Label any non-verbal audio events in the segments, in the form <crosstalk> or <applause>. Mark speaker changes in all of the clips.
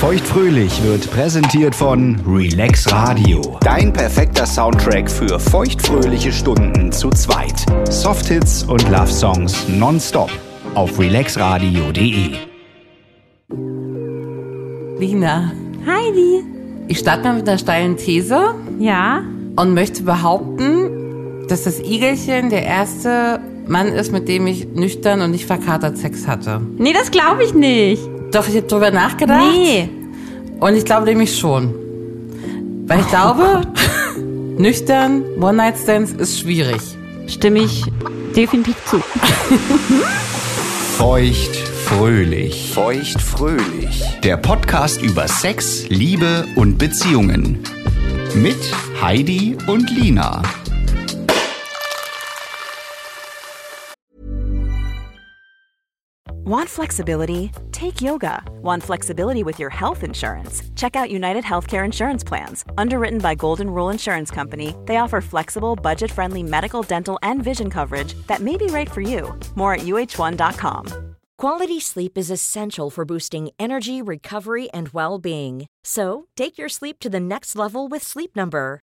Speaker 1: Feuchtfröhlich wird präsentiert von Relax Radio. Dein perfekter Soundtrack für feuchtfröhliche Stunden zu zweit. Softhits und Love Songs nonstop auf relaxradio.de.
Speaker 2: Lina,
Speaker 3: Heidi.
Speaker 2: ich starte mal mit einer steilen These
Speaker 3: Ja,
Speaker 2: und möchte behaupten, dass das Igelchen der erste Mann ist, mit dem ich nüchtern und nicht verkatert Sex hatte.
Speaker 3: nee, das glaube ich nicht.
Speaker 2: Doch, ich habe drüber nachgedacht.
Speaker 3: Nee.
Speaker 2: Und ich glaube nämlich schon. Weil
Speaker 3: Oh
Speaker 2: ich glaube, <laughs> nüchtern One-Night-Stands ist schwierig.
Speaker 3: Stimme ich definitiv zu.
Speaker 1: Feuchtfröhlich. Feuchtfröhlich. Der Podcast über Sex, Liebe und Beziehungen. Mit Heidi und Lina.
Speaker 4: Want flexibility? Take yoga. Want flexibility with your health insurance? Check out United Healthcare Insurance Plans. Underwritten by Golden Rule Insurance Company, they offer flexible, budget friendly medical, dental, and vision coverage that may be right for you. More at uh1.com.
Speaker 5: Quality sleep is essential for boosting energy, recovery, and well being. So, take your sleep to the next level with Sleep Number.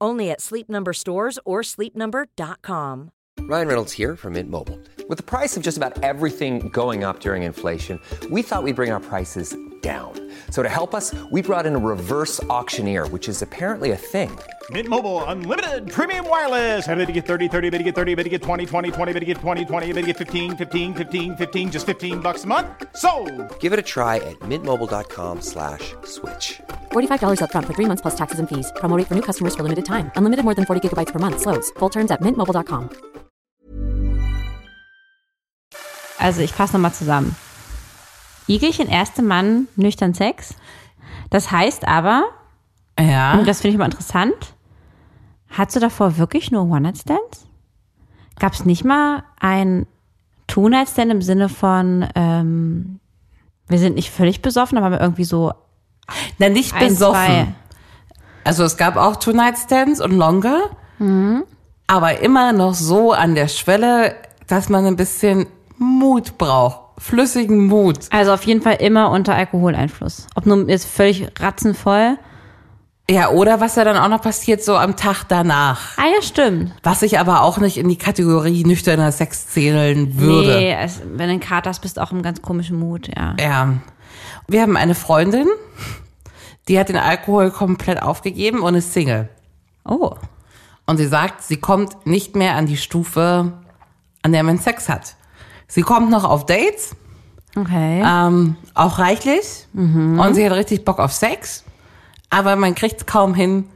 Speaker 5: Only at Sleep Number stores or sleepnumber.com.
Speaker 6: Ryan Reynolds here from Mint Mobile. With the price of just about everything going up during inflation, we thought we'd bring our prices down. So to help us, we brought in a reverse auctioneer, which is apparently a thing.
Speaker 7: Mint Mobile unlimited premium wireless. Ready to get 30, 30, bit to get 30, bit to get 20, 20, 20, bit to get 20, 20, bit to get 15, 15, 15, 15 just 15 bucks a month. So,
Speaker 6: Give it a try at mintmobile.com slash switch.
Speaker 8: $45 up front for three months plus taxes and fees. Promo rate for new customers for limited time. Unlimited more than 40 gigabytes per month. Slows. Full terms at mintmobile.com.
Speaker 3: Also ich fasse nochmal zusammen. Igelchen, erste Mann, nüchtern Sex. Das heißt aber,
Speaker 2: Ja.
Speaker 3: und das finde ich mal interessant, hattest du davor wirklich nur One-Night-Stands? Gab es nicht mal ein Two-Night-Stand im Sinne von, ähm, wir sind nicht völlig besoffen, aber haben irgendwie so
Speaker 2: Na, nicht
Speaker 3: ein,
Speaker 2: besoffen.
Speaker 3: zwei.
Speaker 2: Also es gab auch Two-Night-Stands und Longer, aber immer noch so an der Schwelle, dass man ein bisschen Mut braucht. Flüssigen Mut.
Speaker 3: Also auf jeden Fall immer unter Alkoholeinfluss. Ob nun jetzt völlig ratzenvoll.
Speaker 2: Ja, oder was ja dann auch noch passiert, so am Tag danach.
Speaker 3: Ah ja, stimmt.
Speaker 2: Was ich aber auch nicht in die Kategorie nüchterner Sex zählen würde.
Speaker 3: Nee, es, wenn du einen Kater hast, bist du auch im ganz komischen Mut, ja.
Speaker 2: Ja. Wir haben eine Freundin, die hat den Alkohol komplett aufgegeben und ist Single.
Speaker 3: Oh.
Speaker 2: Und sie sagt, sie kommt nicht mehr an die Stufe, an der man Sex hat. Sie kommt noch auf Dates,
Speaker 3: Okay.
Speaker 2: ähm, auch reichlich.
Speaker 3: Mhm.
Speaker 2: Und sie hat richtig Bock auf Sex. Aber man kriegt es kaum hin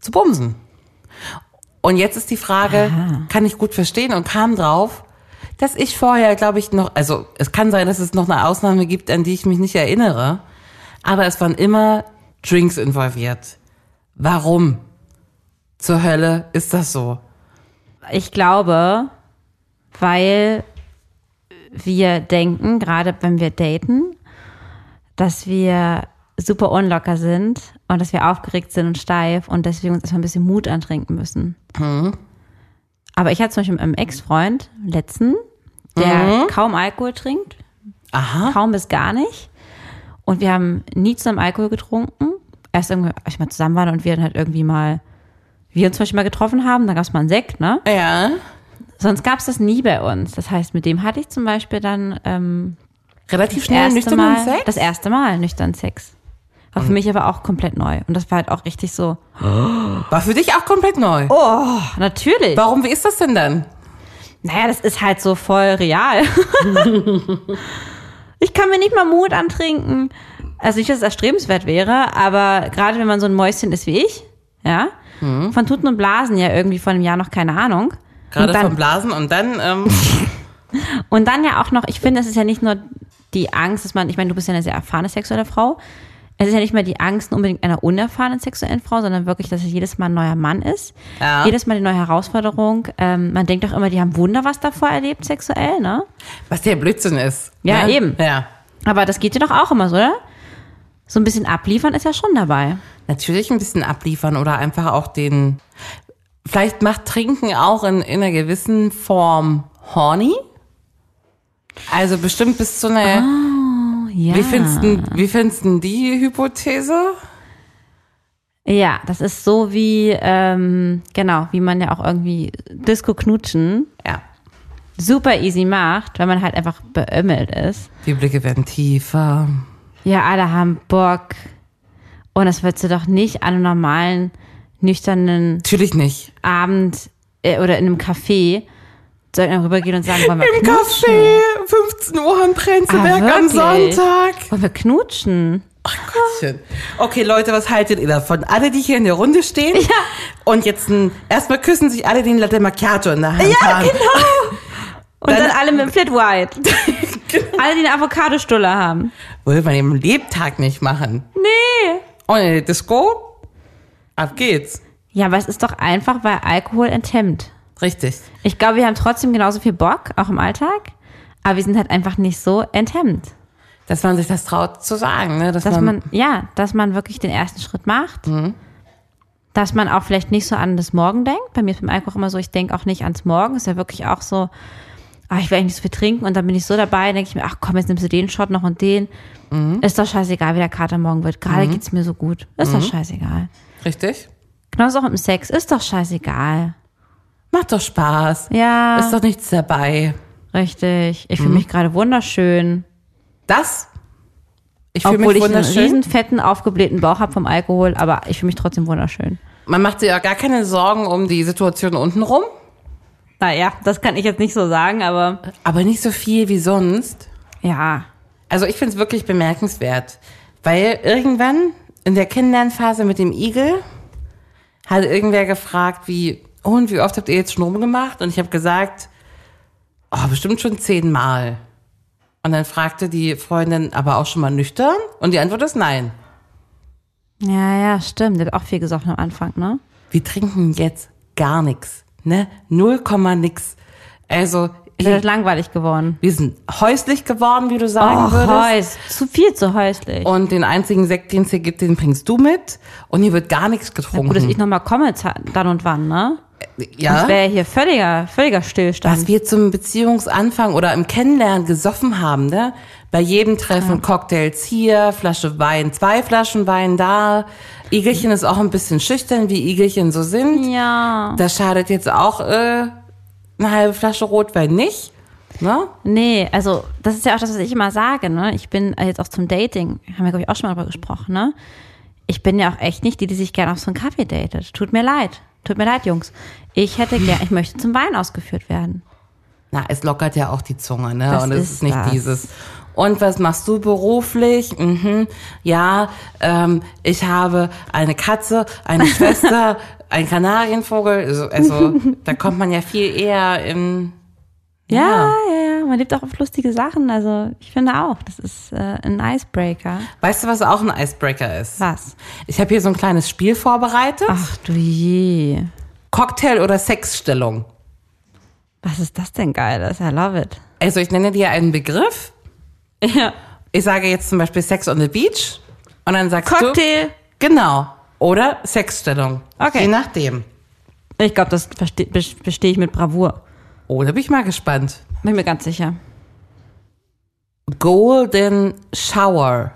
Speaker 2: zu bumsen. Und jetzt ist die Frage, kann ich gut verstehen und kam drauf, dass ich vorher, glaube ich, noch, also es kann sein, dass es noch eine Ausnahme gibt, an die ich mich nicht erinnere. Aber es waren immer Drinks involviert. Warum? Zur Hölle ist das so.
Speaker 3: Ich glaube, weil wir denken, gerade wenn wir daten, dass wir super unlocker sind und dass wir aufgeregt sind und steif und deswegen uns erstmal ein bisschen Mut antrinken müssen. Aber ich hatte zum Beispiel einen Ex-Freund, einen letzten, der kaum Alkohol trinkt. Kaum bis gar nicht. Und wir haben nie zusammen Alkohol getrunken. Erst irgendwie, als wir mal zusammen waren und wir dann halt irgendwie mal, wir uns zum Beispiel mal getroffen haben, dann gab es mal einen Sekt, ne?
Speaker 2: Ja.
Speaker 3: Sonst gab es das nie bei uns. Das heißt, mit dem hatte ich zum Beispiel dann ähm,
Speaker 2: Relativ
Speaker 3: das,
Speaker 2: schnell
Speaker 3: erste
Speaker 2: nüchternen
Speaker 3: Mal,
Speaker 2: Sex? Mhm.
Speaker 3: das erste Mal nüchtern Sex. War für mich aber auch komplett neu. Und das war halt auch richtig so,
Speaker 2: War für dich auch komplett neu.
Speaker 3: Oh. ach, natürlich.
Speaker 2: Warum, wie ist das denn dann?
Speaker 3: Naja, das ist halt so voll
Speaker 2: <laughs>
Speaker 3: real. ich kann mir nicht mal Mut antrinken. Also nicht, dass es erstrebenswert wäre, aber gerade wenn man so ein Mäuschen ist wie ich, ja, von Tuten und Blasen ja irgendwie vor einem Jahr noch keine Ahnung.
Speaker 2: Mhm. Gerade
Speaker 3: und dann,
Speaker 2: vom Blasen und dann, ähm,
Speaker 3: Und dann ja auch noch, ich finde, es ist ja nicht nur die Angst, dass man, ich meine, du bist ja eine sehr erfahrene sexuelle Frau. es ist ja nicht mehr die Angst unbedingt einer unerfahrenen sexuellen Frau, sondern wirklich, dass es jedes Mal ein neuer Mann ist.
Speaker 2: Ja.
Speaker 3: Jedes Mal die neue Herausforderung. Ähm, man denkt doch immer, die haben Wunder was davor erlebt, sexuell, ne?
Speaker 2: Was der Blödsinn ist.
Speaker 3: Ja,
Speaker 2: ne?
Speaker 3: eben.
Speaker 2: Ja.
Speaker 3: Aber das geht dir doch auch immer so, oder? So ein bisschen abliefern ist ja schon dabei.
Speaker 2: Natürlich ein bisschen abliefern oder einfach auch den. Vielleicht macht Trinken auch in, in einer gewissen Form horny. Also bestimmt bis zu einer.
Speaker 3: Ja.
Speaker 2: Wie findest du wie findest du die Hypothese?
Speaker 3: Ja, das ist so wie, ähm, genau, wie man ja auch irgendwie Disco-Knutschen
Speaker 2: Ja.
Speaker 3: super easy macht, wenn man halt einfach beömmelt ist.
Speaker 2: Die Blicke werden tiefer.
Speaker 3: Ja, alle haben Bock. Und das würdest du doch nicht an einem normalen, nüchternen
Speaker 2: Natürlich nicht.
Speaker 3: Abend äh, oder in einem Café zu irgendeinem rübergehen und sagen, wollen wir
Speaker 2: Im
Speaker 3: knutschen?
Speaker 2: Café, 15 Uhr am Prenzenberg
Speaker 3: Ah,
Speaker 2: am
Speaker 3: wirklich?
Speaker 2: Sonntag.
Speaker 3: Wollen wir knutschen?
Speaker 2: Gottchen. Okay, Leute, was haltet ihr davon? Alle, die hier in der Runde stehen
Speaker 3: Ja.
Speaker 2: und jetzt ein, erstmal küssen sich alle den Latte Macchiato in der Hand haben.
Speaker 3: Und dann,
Speaker 2: Dann-
Speaker 3: alle mit dem Flat <laughs> White. Alle, die eine Avocadostulle haben.
Speaker 2: Würde man im Lebtag nicht machen.
Speaker 3: Nee.
Speaker 2: Und in der Disco, ab geht's.
Speaker 3: Ja, aber es ist doch einfach, weil Alkohol enthemmt.
Speaker 2: Richtig.
Speaker 3: Ich glaube, wir haben trotzdem genauso viel Bock, auch im Alltag. Aber wir sind halt einfach nicht so enthemmt.
Speaker 2: Dass man sich das traut zu sagen, ne?
Speaker 3: Dass man, ja, dass man wirklich den ersten Schritt macht.
Speaker 2: Mhm.
Speaker 3: Dass man auch vielleicht nicht so an das Morgen denkt. Bei mir ist beim Alkohol immer so, ich denke auch nicht ans Morgen. Ist ja wirklich auch so, ah, ich will eigentlich nicht so viel trinken und dann bin ich so dabei, denke ich mir, ach komm, jetzt nimmst du den Shot noch und den.
Speaker 2: Mhm.
Speaker 3: Ist doch scheißegal, wie der Kater morgen wird. Gerade geht's mir so gut. Ist
Speaker 2: Mhm.
Speaker 3: doch scheißegal.
Speaker 2: Richtig.
Speaker 3: Genauso auch mit dem Sex. Ist doch scheißegal.
Speaker 2: Macht doch Spaß.
Speaker 3: Ja,
Speaker 2: Ist doch Mhm. nichts dabei.
Speaker 3: richtig. Ich fühle mich gerade wunderschön.
Speaker 2: Das? Ich fühle
Speaker 3: Obwohl
Speaker 2: mich
Speaker 3: ich einen riesen
Speaker 2: wunderschön.
Speaker 3: fetten, aufgeblähten Bauch habe vom Alkohol, aber ich fühle mich trotzdem wunderschön.
Speaker 2: Man macht sich ja gar keine Sorgen um die Situation untenrum.
Speaker 3: Naja, das kann ich jetzt nicht so sagen, aber
Speaker 2: Aber nicht so viel wie sonst.
Speaker 3: ja.
Speaker 2: Also ich finde es wirklich bemerkenswert, weil irgendwann in der Kennenlernphase mit dem Igel hat irgendwer gefragt, wie oh, und wie oft habt ihr jetzt schon rumgemacht? Und ich habe gesagt, oh, bestimmt schon zehnmal. Und dann fragte die Freundin, aber auch schon mal nüchtern? Und die Antwort ist nein.
Speaker 3: Ja, ja, stimmt. Der hat auch viel gesoffen am Anfang, ne?
Speaker 2: Wir trinken jetzt gar nichts, ne? Null Komma nix. Also ich,
Speaker 3: Ist das langweilig geworden?
Speaker 2: wir sind häuslich geworden, wie du sagen
Speaker 3: Och,
Speaker 2: würdest.
Speaker 3: häus, zu viel zu häuslich.
Speaker 2: Und den einzigen Sekt, den es hier gibt, den bringst du mit. Und hier wird gar nichts getrunken.
Speaker 3: Gut, dass ich nochmal komme za- dann und wann, ne? Das
Speaker 2: ja.
Speaker 3: wäre hier völliger, völliger Stillstand.
Speaker 2: Was wir zum Beziehungsanfang oder im Kennenlernen gesoffen haben, ne? Bei jedem Treffen Cocktails hier, Flasche Wein, zwei Flaschen Wein da. Igelchen ist auch ein bisschen schüchtern, wie Igelchen so sind.
Speaker 3: Ja.
Speaker 2: Das schadet jetzt auch äh, eine halbe Flasche Rotwein nicht. Ne?
Speaker 3: Nee, also das ist ja auch das, was ich immer sage, ne? Ich bin äh, jetzt auch zum Dating, haben wir, glaube ich, auch schon mal drüber gesprochen, ne? Ich bin ja auch echt nicht die, die sich gerne auf so einen Kaffee datet. Tut mir leid. Tut mir leid, Jungs. Ich hätte gern, ich möchte zum Wein ausgeführt werden.
Speaker 2: Na, es lockert ja auch die Zunge, ne?
Speaker 3: Das
Speaker 2: und es
Speaker 3: ist
Speaker 2: ist nicht
Speaker 3: das.
Speaker 2: dieses. Und was machst du beruflich? Mhm. Ja, ähm, ich habe eine Katze,
Speaker 3: <laughs>
Speaker 2: eine Schwester, einen Kanarienvogel. Also, also da kommt man ja viel eher in.
Speaker 3: Ja, ja, ja. Man lebt auch auf lustige Sachen. Also ich finde auch, das ist äh, ein Icebreaker.
Speaker 2: Weißt du, was auch ein Icebreaker ist?
Speaker 3: Was?
Speaker 2: Ich habe hier so ein kleines Spiel vorbereitet.
Speaker 3: Ach du je.
Speaker 2: Cocktail oder Sexstellung.
Speaker 3: Was ist das denn geiles? I love it.
Speaker 2: Also ich nenne dir einen Begriff.
Speaker 3: Ja.
Speaker 2: Ich sage jetzt zum Beispiel Sex on the Beach. Und dann sagst du.
Speaker 3: Cocktail.
Speaker 2: Genau. Oder Sexstellung.
Speaker 3: Okay.
Speaker 2: Je nachdem.
Speaker 3: Ich glaube, das verste- bes- bestehe ich mit Bravour.
Speaker 2: Oh, da bin ich mal gespannt.
Speaker 3: Bin mir ganz sicher.
Speaker 2: Golden Shower.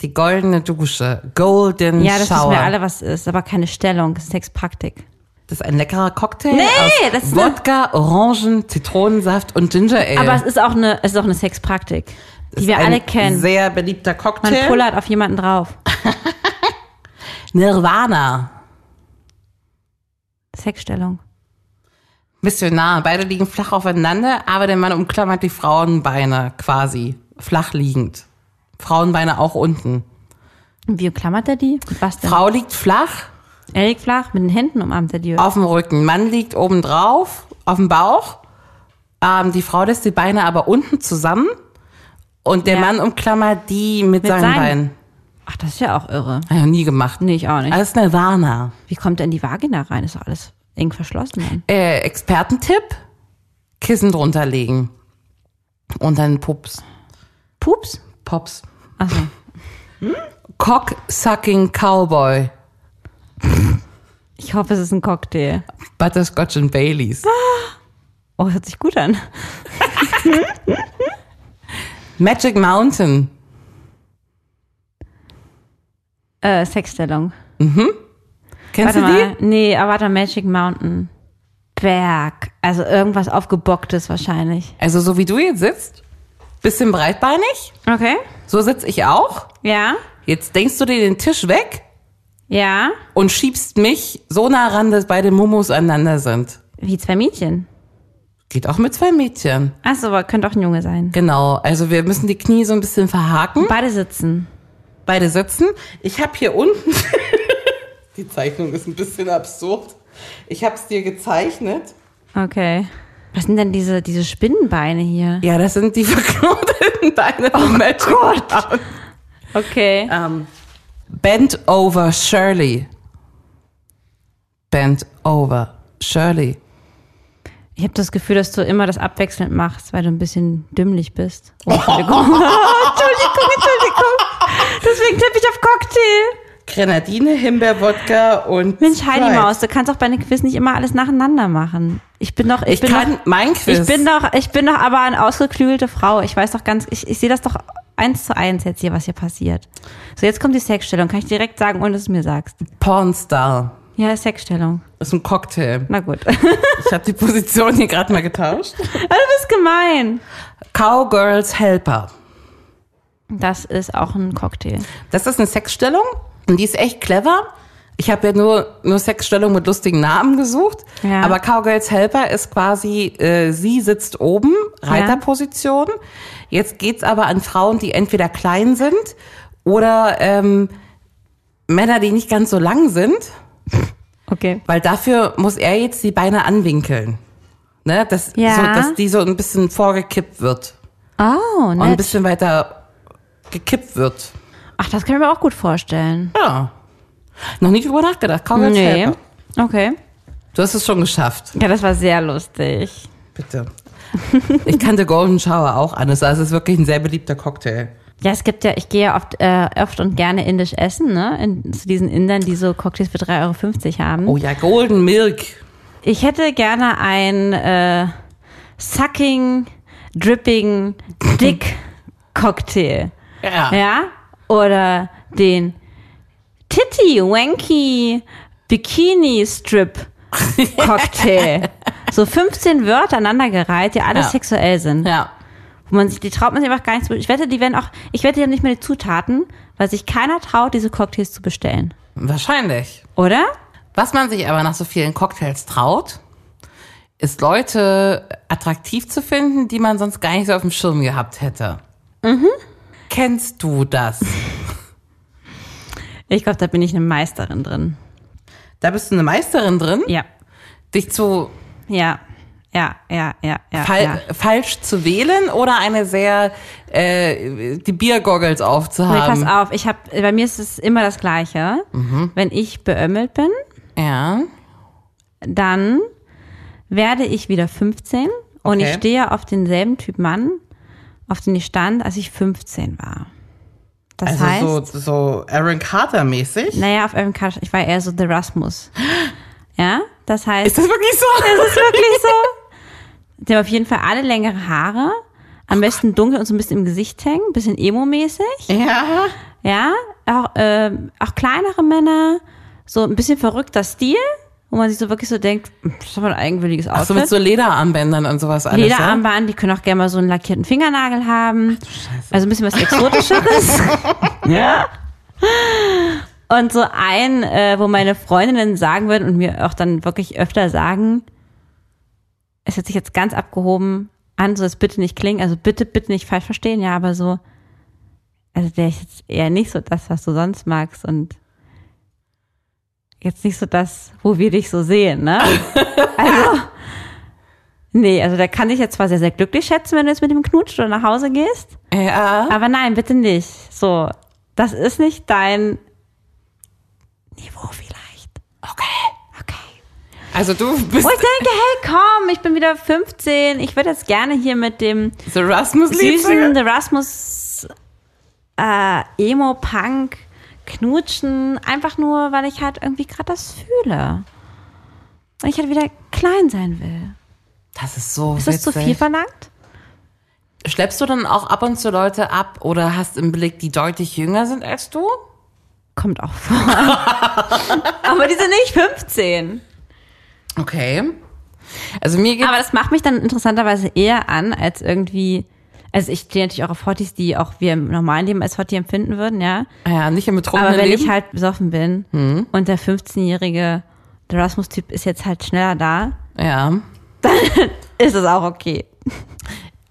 Speaker 2: Die goldene Dusche. Golden
Speaker 3: Ja, das
Speaker 2: Shower.
Speaker 3: wissen wir alle, was ist, aber keine Stellung, Sexpraktik.
Speaker 2: das ist ein leckerer Cocktail.
Speaker 3: Nee,
Speaker 2: aus
Speaker 3: das ist eine-
Speaker 2: Wodka, Orangen, Zitronensaft und Ginger Ale.
Speaker 3: Aber es ist auch eine, es ist auch eine Sexpraktik, die wir
Speaker 2: ein
Speaker 3: alle kennen.
Speaker 2: Sehr beliebter
Speaker 3: Man
Speaker 2: Cocktail.
Speaker 3: pullert auf jemanden drauf.
Speaker 2: Nirvana.
Speaker 3: Sexstellung.
Speaker 2: Missionar. Beide liegen flach aufeinander, aber der Mann umklammert die Frauenbeine quasi. Flach liegend. Frauenbeine auch unten.
Speaker 3: Und wie klammert er die? Mit was denn?
Speaker 2: Frau liegt flach,
Speaker 3: Erik flach, mit den Händen umarmt er die.
Speaker 2: auf dem Rücken. Mann liegt oben drauf, auf dem Bauch. Ähm, die Frau lässt die Beine aber unten zusammen Und der
Speaker 3: Ja.
Speaker 2: Mann umklammert die mit,
Speaker 3: Mit
Speaker 2: seinen
Speaker 3: seinen-
Speaker 2: Beinen.
Speaker 3: Ach, das ist ja auch irre.
Speaker 2: Hab ich noch nie gemacht.
Speaker 3: Nee, ich auch nicht.
Speaker 2: Alles Nirvana.
Speaker 3: Wie kommt denn die Vagina rein? Ist doch alles eng verschlossen. Dann.
Speaker 2: Äh, Expertentipp: Kissen drunter legen. Und dann Pups.
Speaker 3: Pups?
Speaker 2: Pops. Hm?
Speaker 3: Achso.
Speaker 2: Cock-sucking Cowboy.
Speaker 3: Ich hoffe, es ist ein Cocktail.
Speaker 2: Butterscotch and Baileys.
Speaker 3: Oh, hört sich gut an.
Speaker 2: Magic Mountain.
Speaker 3: Äh, Sexstellung.
Speaker 2: Kennst
Speaker 3: warte
Speaker 2: du die?
Speaker 3: mal. Nee, aber warte, Magic Mountain. Berg. Also irgendwas aufgebocktes wahrscheinlich.
Speaker 2: Also so wie du jetzt sitzt, bisschen breitbeinig,
Speaker 3: Okay.
Speaker 2: so sitze ich auch.
Speaker 3: Ja.
Speaker 2: Jetzt denkst du dir den Tisch weg
Speaker 3: Ja.
Speaker 2: und schiebst mich so nah ran, dass beide Mumus aneinander sind.
Speaker 3: Wie zwei Mädchen.
Speaker 2: Geht auch mit zwei Mädchen.
Speaker 3: Achso, aber könnte auch ein Junge sein.
Speaker 2: Genau, also wir müssen die Knie so ein bisschen verhaken,
Speaker 3: Beide sitzen.
Speaker 2: beide sitzen. Ich habe hier unten, <laughs> die Zeichnung ist ein bisschen absurd, ich habe es dir gezeichnet.
Speaker 3: Okay. Was sind denn diese, diese Spinnenbeine hier?
Speaker 2: Ja, das sind die <laughs> verknoteten Beine. Oh Gott!
Speaker 3: Okay.
Speaker 2: Ähm, bent over Shirley. Bent over Shirley.
Speaker 3: Ich habe das Gefühl, dass du immer das abwechselnd machst, weil du ein bisschen dümmlich bist. Oh, Entschuldigung. <laughs> Entschuldigung, Entschuldigung. Deswegen tippe ich auf Cocktail.
Speaker 2: Grenadine, Himbeer, Wodka und.
Speaker 3: Mensch, Heidi
Speaker 2: Sprite.
Speaker 3: Maus, du kannst auch bei einem Quiz nicht immer alles nacheinander machen. Ich bin doch, ich,
Speaker 2: Ich
Speaker 3: bin
Speaker 2: kann
Speaker 3: doch,
Speaker 2: mein Quiz.
Speaker 3: ich bin doch, ich bin doch aber eine ausgeklügelte Frau. Ich weiß doch ganz, ich, ich sehe das doch eins zu eins jetzt hier, was hier passiert. So, jetzt kommt die Sexstellung. Kann ich direkt sagen, ohne dass du mir sagst.
Speaker 2: Pornstar.
Speaker 3: Ja, Sexstellung.
Speaker 2: Ist ein Cocktail.
Speaker 3: Na gut. <laughs> du
Speaker 2: Ich habe die Position hier gerade mal getauscht.
Speaker 3: bist gemein.
Speaker 2: Cowgirls Helper.
Speaker 3: Das ist auch ein Cocktail.
Speaker 2: Das ist eine Sexstellung und die ist echt clever. Ich habe ja nur, nur Sexstellung mit lustigen Namen gesucht.
Speaker 3: Ja.
Speaker 2: Aber Cowgirls Helper ist quasi, äh, sie sitzt oben, Reiterposition. Jetzt geht's aber an Frauen, die entweder klein sind oder ähm, Männer, die nicht ganz so lang sind,
Speaker 3: Okay.
Speaker 2: weil dafür muss er jetzt die Beine anwinkeln. Ne? Dass,
Speaker 3: Ja.
Speaker 2: so, dass die so ein bisschen vorgekippt wird
Speaker 3: Oh,
Speaker 2: und ein
Speaker 3: nett.
Speaker 2: bisschen weiter gekippt wird.
Speaker 3: Ach, das können wir auch gut vorstellen.
Speaker 2: Ja. Noch nie drüber nachgedacht. Kaum nee. Helper.
Speaker 3: Okay.
Speaker 2: Du hast es schon geschafft.
Speaker 3: Ja, das war sehr lustig.
Speaker 2: Bitte. ich kannte Golden Shower auch an. Es ist wirklich ein sehr beliebter Cocktail.
Speaker 3: Ja, es gibt ja, ich gehe ja oft, äh, oft und gerne indisch essen, ne? In, zu diesen Indern, die so Cocktails für 3,50 Euro haben.
Speaker 2: Oh ja, Golden Milk.
Speaker 3: Ich hätte gerne ein äh, Sucking, Dripping,
Speaker 2: <laughs>
Speaker 3: Dick Cocktail.
Speaker 2: Ja.
Speaker 3: Ja? Oder den Titty Wanky Bikini
Speaker 2: <laughs>
Speaker 3: Strip Cocktail. so 15 Wörter aneinandergereiht, die alle
Speaker 2: Ja.
Speaker 3: sexuell sind.
Speaker 2: Ja.
Speaker 3: Wo man sich, die traut man sich einfach gar nicht zu Ich wette, die werden auch, ich wette, die haben nicht mehr die Zutaten, weil sich keiner traut, diese Cocktails zu bestellen.
Speaker 2: Wahrscheinlich.
Speaker 3: Oder?
Speaker 2: Was man sich aber nach so vielen Cocktails traut, ist Leute attraktiv zu finden, die man sonst gar nicht so auf dem Schirm gehabt hätte. Mhm. Kennst du das?
Speaker 3: Ich glaube, da bin ich eine Meisterin drin.
Speaker 2: Da bist du eine Meisterin drin,
Speaker 3: Ja.
Speaker 2: dich zu
Speaker 3: Ja, ja, ja, ja, ja.
Speaker 2: Fal
Speaker 3: ja.
Speaker 2: falsch zu wählen oder eine sehr äh, die Biergoggles
Speaker 3: Nee,
Speaker 2: aufzuhaben.
Speaker 3: pass auf, ich hab, bei mir ist es immer das Gleiche.
Speaker 2: Mhm.
Speaker 3: Wenn ich beömmelt bin,
Speaker 2: Ja.
Speaker 3: dann werde ich wieder 15 und
Speaker 2: Okay.
Speaker 3: ich stehe auf denselben Typ Mann, auf den ich stand, als ich 15 war. Das heißt,
Speaker 2: Also so, so Aaron Carter mäßig.
Speaker 3: naja, auf einem Kasch, ich war eher so
Speaker 2: <gasps>
Speaker 3: der Rasmus. Ja, das heißt. <laughs>
Speaker 2: Ist das wirklich so?
Speaker 3: Das ist wirklich so. Die haben auf jeden Fall alle längere Haare. Am besten dunkel und so ein bisschen im Gesicht hängen, ein bisschen emo-mäßig.
Speaker 2: Ja.
Speaker 3: Ja, auch, ähm, auch kleinere Männer, so ein bisschen verrückter Stil, wo man sich so wirklich so denkt, hm, das ist aber ein eigenwilliges
Speaker 2: Ach so mit
Speaker 3: Outfit.
Speaker 2: so Lederarmbändern und sowas alles. ja?
Speaker 3: Lederarmband, die können auch gerne mal so einen lackierten Fingernagel haben. also ein bisschen
Speaker 2: <laughs>
Speaker 3: was Exotischeres. ja. Und so ein, äh, wo meine Freundinnen sagen würden und mir auch dann wirklich öfter sagen, es hat sich jetzt ganz abgehoben an, so es bitte nicht klingen, also bitte, bitte nicht falsch verstehen, ja, aber so, also der ist jetzt eher nicht so das, was du sonst magst und
Speaker 2: <laughs>
Speaker 3: jetzt nicht so das, wo wir dich so sehen, ne? also, Nee, also der kann dich jetzt zwar sehr, sehr glücklich schätzen, wenn du jetzt mit ihm knutscht oder nach Hause gehst,
Speaker 2: Ja.
Speaker 3: aber nein, bitte nicht. So, das ist nicht dein Niveau vielleicht. Okay. Okay.
Speaker 2: Also du bist
Speaker 3: Wo ich denke, hey, komm, ich bin wieder 15, ich würde jetzt gerne hier mit dem
Speaker 2: The Rasmus
Speaker 3: süßen
Speaker 2: Liebling.
Speaker 3: Erasmus äh, Emo Punk knutschen, einfach nur, weil ich halt irgendwie gerade das fühle. Und ich halt wieder klein sein will.
Speaker 2: Das ist so
Speaker 3: Ist das zu
Speaker 2: witzig.
Speaker 3: viel verlangt?
Speaker 2: Schleppst du dann auch ab und zu Leute ab oder hast im Blick, die deutlich jünger sind als du?
Speaker 3: Kommt auch vor. <laughs> Aber die sind nicht 15.
Speaker 2: Okay. Also mir geht
Speaker 3: Aber das macht mich dann interessanterweise eher an, als irgendwie. Also ich stehe natürlich auch auf Hotties, die auch wir im normalen Leben als Hottie empfinden würden, ja.
Speaker 2: ja nicht im betrunkenen
Speaker 3: Aber wenn
Speaker 2: Leben.
Speaker 3: ich halt besoffen bin und der 15-jährige Erasmus-Typ ist jetzt halt schneller da,
Speaker 2: ja.
Speaker 3: ist es auch okay.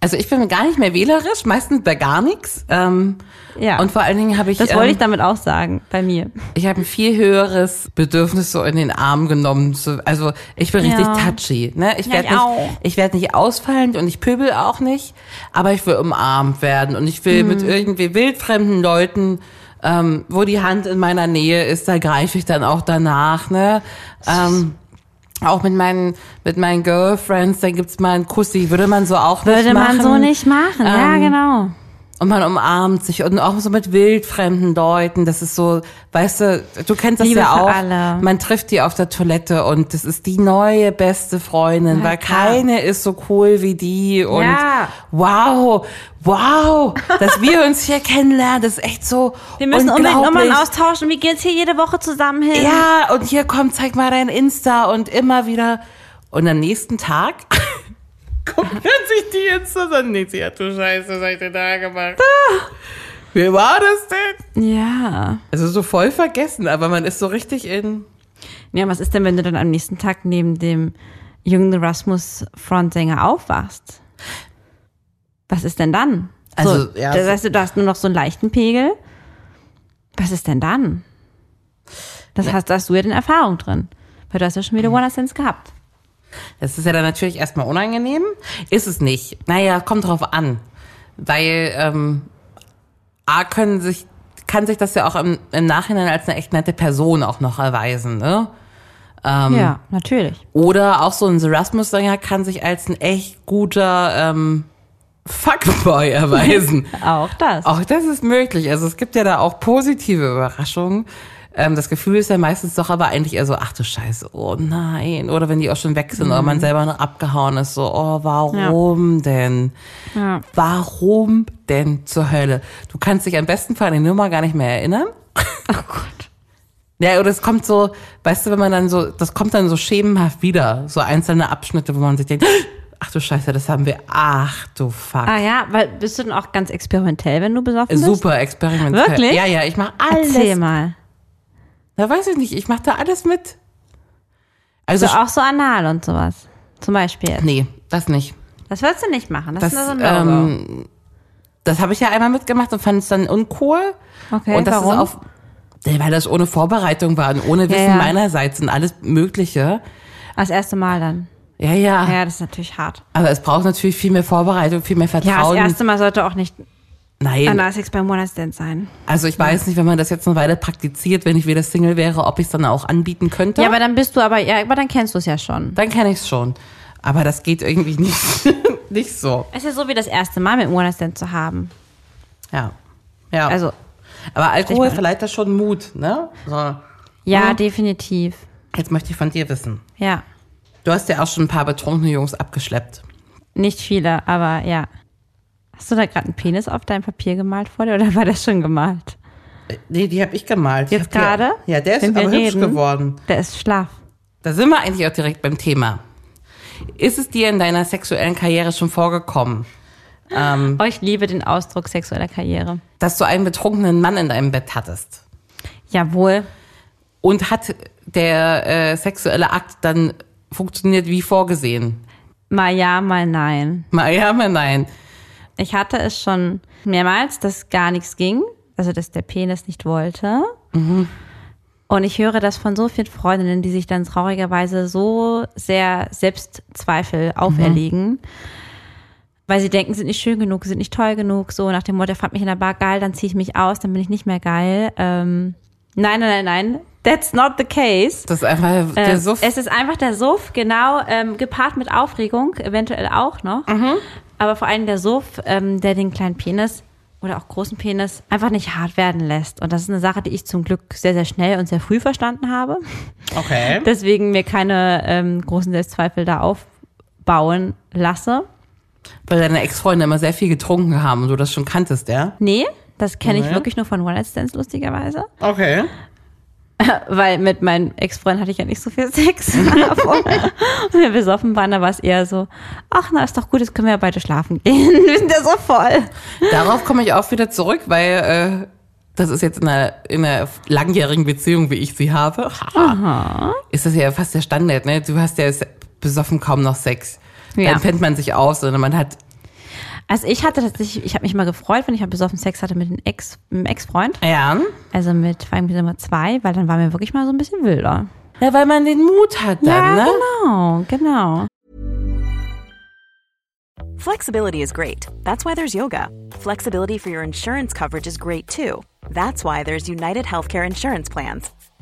Speaker 2: Also ich bin gar nicht mehr wählerisch, meistens bei gar nichts. Ähm,
Speaker 3: Ja.
Speaker 2: Und vor allen Dingen habe ich,
Speaker 3: das wollte ich damit auch sagen, bei mir.
Speaker 2: ich habe ein viel höheres Bedürfnis so in den Arm genommen. Zu, also ich bin richtig
Speaker 3: Ja.
Speaker 2: touchy. Ne? Ich
Speaker 3: Ja,
Speaker 2: werde
Speaker 3: ich auch.
Speaker 2: nicht, ich werde nicht ausfallend und ich pöbel auch nicht, aber ich will umarmt werden und ich will mit
Speaker 3: Mhm.
Speaker 2: irgendwie wildfremden Leuten, ähm, wo die Hand in meiner Nähe ist, da greife ich dann auch danach. Ne? Ähm, auch mit meinen mit meinen Girlfriends, dann gibt's mal einen Kussi, würde man so auch nicht
Speaker 3: Würde
Speaker 2: machen.
Speaker 3: man so nicht machen, ja,
Speaker 2: Ähm,
Speaker 3: genau.
Speaker 2: Und man umarmt sich und auch so mit wildfremden Leuten. Das ist so, weißt du, du kennst das
Speaker 3: Liebe
Speaker 2: ja
Speaker 3: für
Speaker 2: auch.
Speaker 3: alle.
Speaker 2: Man trifft die auf der Toilette und das ist die neue beste Freundin,
Speaker 3: Ja,
Speaker 2: weil
Speaker 3: klar.
Speaker 2: keine ist so cool wie die. Und
Speaker 3: Ja.
Speaker 2: wow, wow, dass wir uns hier kennenlernen, das ist echt so.
Speaker 3: Wir müssen unbedingt Nummern
Speaker 2: unglaublich.
Speaker 3: austauschen. Wir gehen jetzt hier jede Woche zusammen hin.
Speaker 2: Ja, und hier komm, zeig mal dein Insta und immer wieder. Und am nächsten Tag <laughs> gucken sich die Instas an. Nee, sie hat du Scheiße, was hab ich denn da gemacht? Wer war das denn?
Speaker 3: Ja.
Speaker 2: Also so voll vergessen, aber man ist so richtig in.
Speaker 3: Ja, was ist denn, wenn du dann am nächsten Tag neben dem jungen Rasmus-Frontsänger aufwachst? Was ist denn dann?
Speaker 2: Also,
Speaker 3: so,
Speaker 2: ja,
Speaker 3: Das
Speaker 2: so-
Speaker 3: heißt, du hast nur noch so einen leichten Pegel. Was ist denn dann? Das heißt, da hast du ja dann Erfahrung drin. Weil du hast ja schon
Speaker 2: Mhm.
Speaker 3: wieder One Sense gehabt.
Speaker 2: Das ist ja dann natürlich erstmal unangenehm. Ist es nicht. Naja, kommt drauf an. Weil ähm, A können sich, kann sich das ja auch im, im Nachhinein als eine echt nette Person auch noch erweisen, ne? Ähm.
Speaker 3: ja, natürlich.
Speaker 2: Oder auch so ein Erasmus-Sänger kann sich als ein echt guter ähm, Fuckboy <laughs> erweisen.
Speaker 3: Auch das.
Speaker 2: auch das ist möglich. Also es gibt ja da auch positive Überraschungen. Ähm, das Gefühl ist ja meistens doch aber eigentlich eher so, ach du Scheiße, oh nein. Oder wenn die auch schon weg sind oder
Speaker 3: Mhm.
Speaker 2: man selber noch abgehauen ist, so, oh, warum denn?
Speaker 3: Ja.
Speaker 2: Warum denn zur Hölle? Du kannst dich am besten Fall an die Nummer gar nicht mehr erinnern.
Speaker 3: Oh Gott.
Speaker 2: Ja, oder es kommt so, weißt du, wenn man dann so, das kommt dann so schemenhaft wieder, so einzelne Abschnitte, wo man sich denkt, <gasps> ach du Scheiße, das haben wir, ach du Fuck.
Speaker 3: Ah ja, weil bist du denn auch ganz experimentell, wenn du besoffen bist?
Speaker 2: Super experimentell.
Speaker 3: Wirklich?
Speaker 2: Ja, ja, ich mach alles.
Speaker 3: Erzähl mal.
Speaker 2: Da weiß ich nicht, ich mach da alles mit. Also,
Speaker 3: So, auch so anal und sowas. Zum Beispiel. jetzt.
Speaker 2: nee, das nicht.
Speaker 3: Das würdest du nicht machen. Das,
Speaker 2: Das,
Speaker 3: ist nur so ein No-Go.
Speaker 2: ähm, das habe ich ja einmal mitgemacht und fand es dann uncool.
Speaker 3: Okay,
Speaker 2: und das
Speaker 3: warum?
Speaker 2: ist auf, Ja, weil das ohne Vorbereitung war und ohne Wissen
Speaker 3: ja.
Speaker 2: meinerseits und alles Mögliche.
Speaker 3: Das erste Mal dann.
Speaker 2: Ja, ja.
Speaker 3: Ja, das ist natürlich hart.
Speaker 2: Aber es braucht natürlich viel mehr Vorbereitung, viel mehr
Speaker 3: Ja, das
Speaker 2: Vertrauen.
Speaker 3: erste Mal sollte auch nicht
Speaker 2: Nein,
Speaker 3: Anasex beim One-Night-Stand sein.
Speaker 2: also ich weiß nicht, wenn man das jetzt eine Weile praktiziert, wenn ich wieder Single wäre, ob ich es dann auch anbieten könnte.
Speaker 3: Ja, aber dann bist du aber, ja, aber dann kennst du es ja schon.
Speaker 2: dann kenne ich es schon. Aber das geht irgendwie nicht, <laughs> nicht so.
Speaker 3: Es ist ja so wie das erste Mal mit dem One-Night-Stand zu haben.
Speaker 2: Ja. ja.
Speaker 3: Also,
Speaker 2: aber Alkohol
Speaker 3: ich meine-
Speaker 2: verleiht da schon Mut, ne? So.
Speaker 3: ja,
Speaker 2: Ja.
Speaker 3: definitiv.
Speaker 2: Jetzt möchte ich von dir wissen.
Speaker 3: Ja.
Speaker 2: Du hast ja auch schon ein paar betrunkene Jungs abgeschleppt.
Speaker 3: Nicht viele, aber ja. Hast du da gerade einen Penis auf dein Papier gemalt vor dir oder war das schon gemalt?
Speaker 2: Nee, die habe ich gemalt. Ich
Speaker 3: Jetzt
Speaker 2: hab die-
Speaker 3: gerade?
Speaker 2: Ja, der ist
Speaker 3: Wenn wir
Speaker 2: aber hübsch
Speaker 3: reden?
Speaker 2: geworden.
Speaker 3: Der ist schlaf.
Speaker 2: Da sind wir eigentlich auch direkt beim Thema. Ist es dir in deiner sexuellen Karriere schon vorgekommen,
Speaker 3: Oh, ich liebe den Ausdruck sexueller Karriere.
Speaker 2: dass du einen betrunkenen Mann in deinem Bett hattest?
Speaker 3: Jawohl.
Speaker 2: Und hat der äh, sexuelle Akt dann funktioniert wie vorgesehen?
Speaker 3: Mal ja, mal nein.
Speaker 2: Mal ja, mal nein.
Speaker 3: Ich hatte es schon mehrmals, dass gar nichts ging, also dass der Penis nicht wollte. Und ich höre das von so vielen Freundinnen, die sich dann traurigerweise so sehr Selbstzweifel auferlegen, weil sie denken, sie sind nicht schön genug, sie sind nicht toll genug, so nach dem Motto, er fand mich in der Bar geil, dann ziehe ich mich aus, dann bin ich nicht mehr geil. Ähm, nein, nein, nein, nein, that's not the case.
Speaker 2: Das ist einfach der
Speaker 3: Ähm,
Speaker 2: Suff.
Speaker 3: Es ist einfach der Suff, genau, ähm, gepaart mit Aufregung, eventuell auch noch.
Speaker 2: Mhm.
Speaker 3: Aber vor allem der Suff, ähm, der den kleinen Penis oder auch großen Penis einfach nicht hart werden lässt. Und das ist eine Sache, die ich zum Glück sehr, sehr schnell und sehr früh verstanden habe. <laughs>
Speaker 2: Okay.
Speaker 3: Deswegen mir keine ähm, großen Selbstzweifel da aufbauen lasse.
Speaker 2: Weil deine Ex-Freunde immer sehr viel getrunken haben und du das schon kanntest, ja?
Speaker 3: Nee, das kenne ich
Speaker 2: Nee.
Speaker 3: wirklich nur von One-Night-Stands, lustigerweise.
Speaker 2: Okay.
Speaker 3: weil mit meinem Ex-Freund hatte ich ja nicht so viel <laughs> Sex. <laughs> Aber wir besoffen waren, da war es eher so, ach na, ist doch gut, jetzt können wir ja beide schlafen gehen. <laughs> wir sind ja so voll.
Speaker 2: Darauf komme ich auch wieder zurück, weil äh, das ist jetzt in einer, in einer langjährigen Beziehung, wie ich sie habe, ist das ja fast der Standard, ne? Du hast ja se- besoffen kaum noch Sex.
Speaker 3: Ja.
Speaker 2: Dann pennt man sich aus, sondern man hat,
Speaker 3: Also ich hatte tatsächlich, ich habe mich mal gefreut, wenn ich mal besoffen Sex hatte mit dem Ex, mit dem Ex-Freund.
Speaker 2: ja.
Speaker 3: Also mit vor allem mit Nummer zwei, weil dann war mir wirklich mal so ein bisschen wilder.
Speaker 2: ja, weil man den Mut hat dann, ne?
Speaker 3: genau, genau.
Speaker 4: Flexibility is great. That's why there's yoga. Flexibility for your insurance coverage is great too. That's why there's United Healthcare Insurance Plans.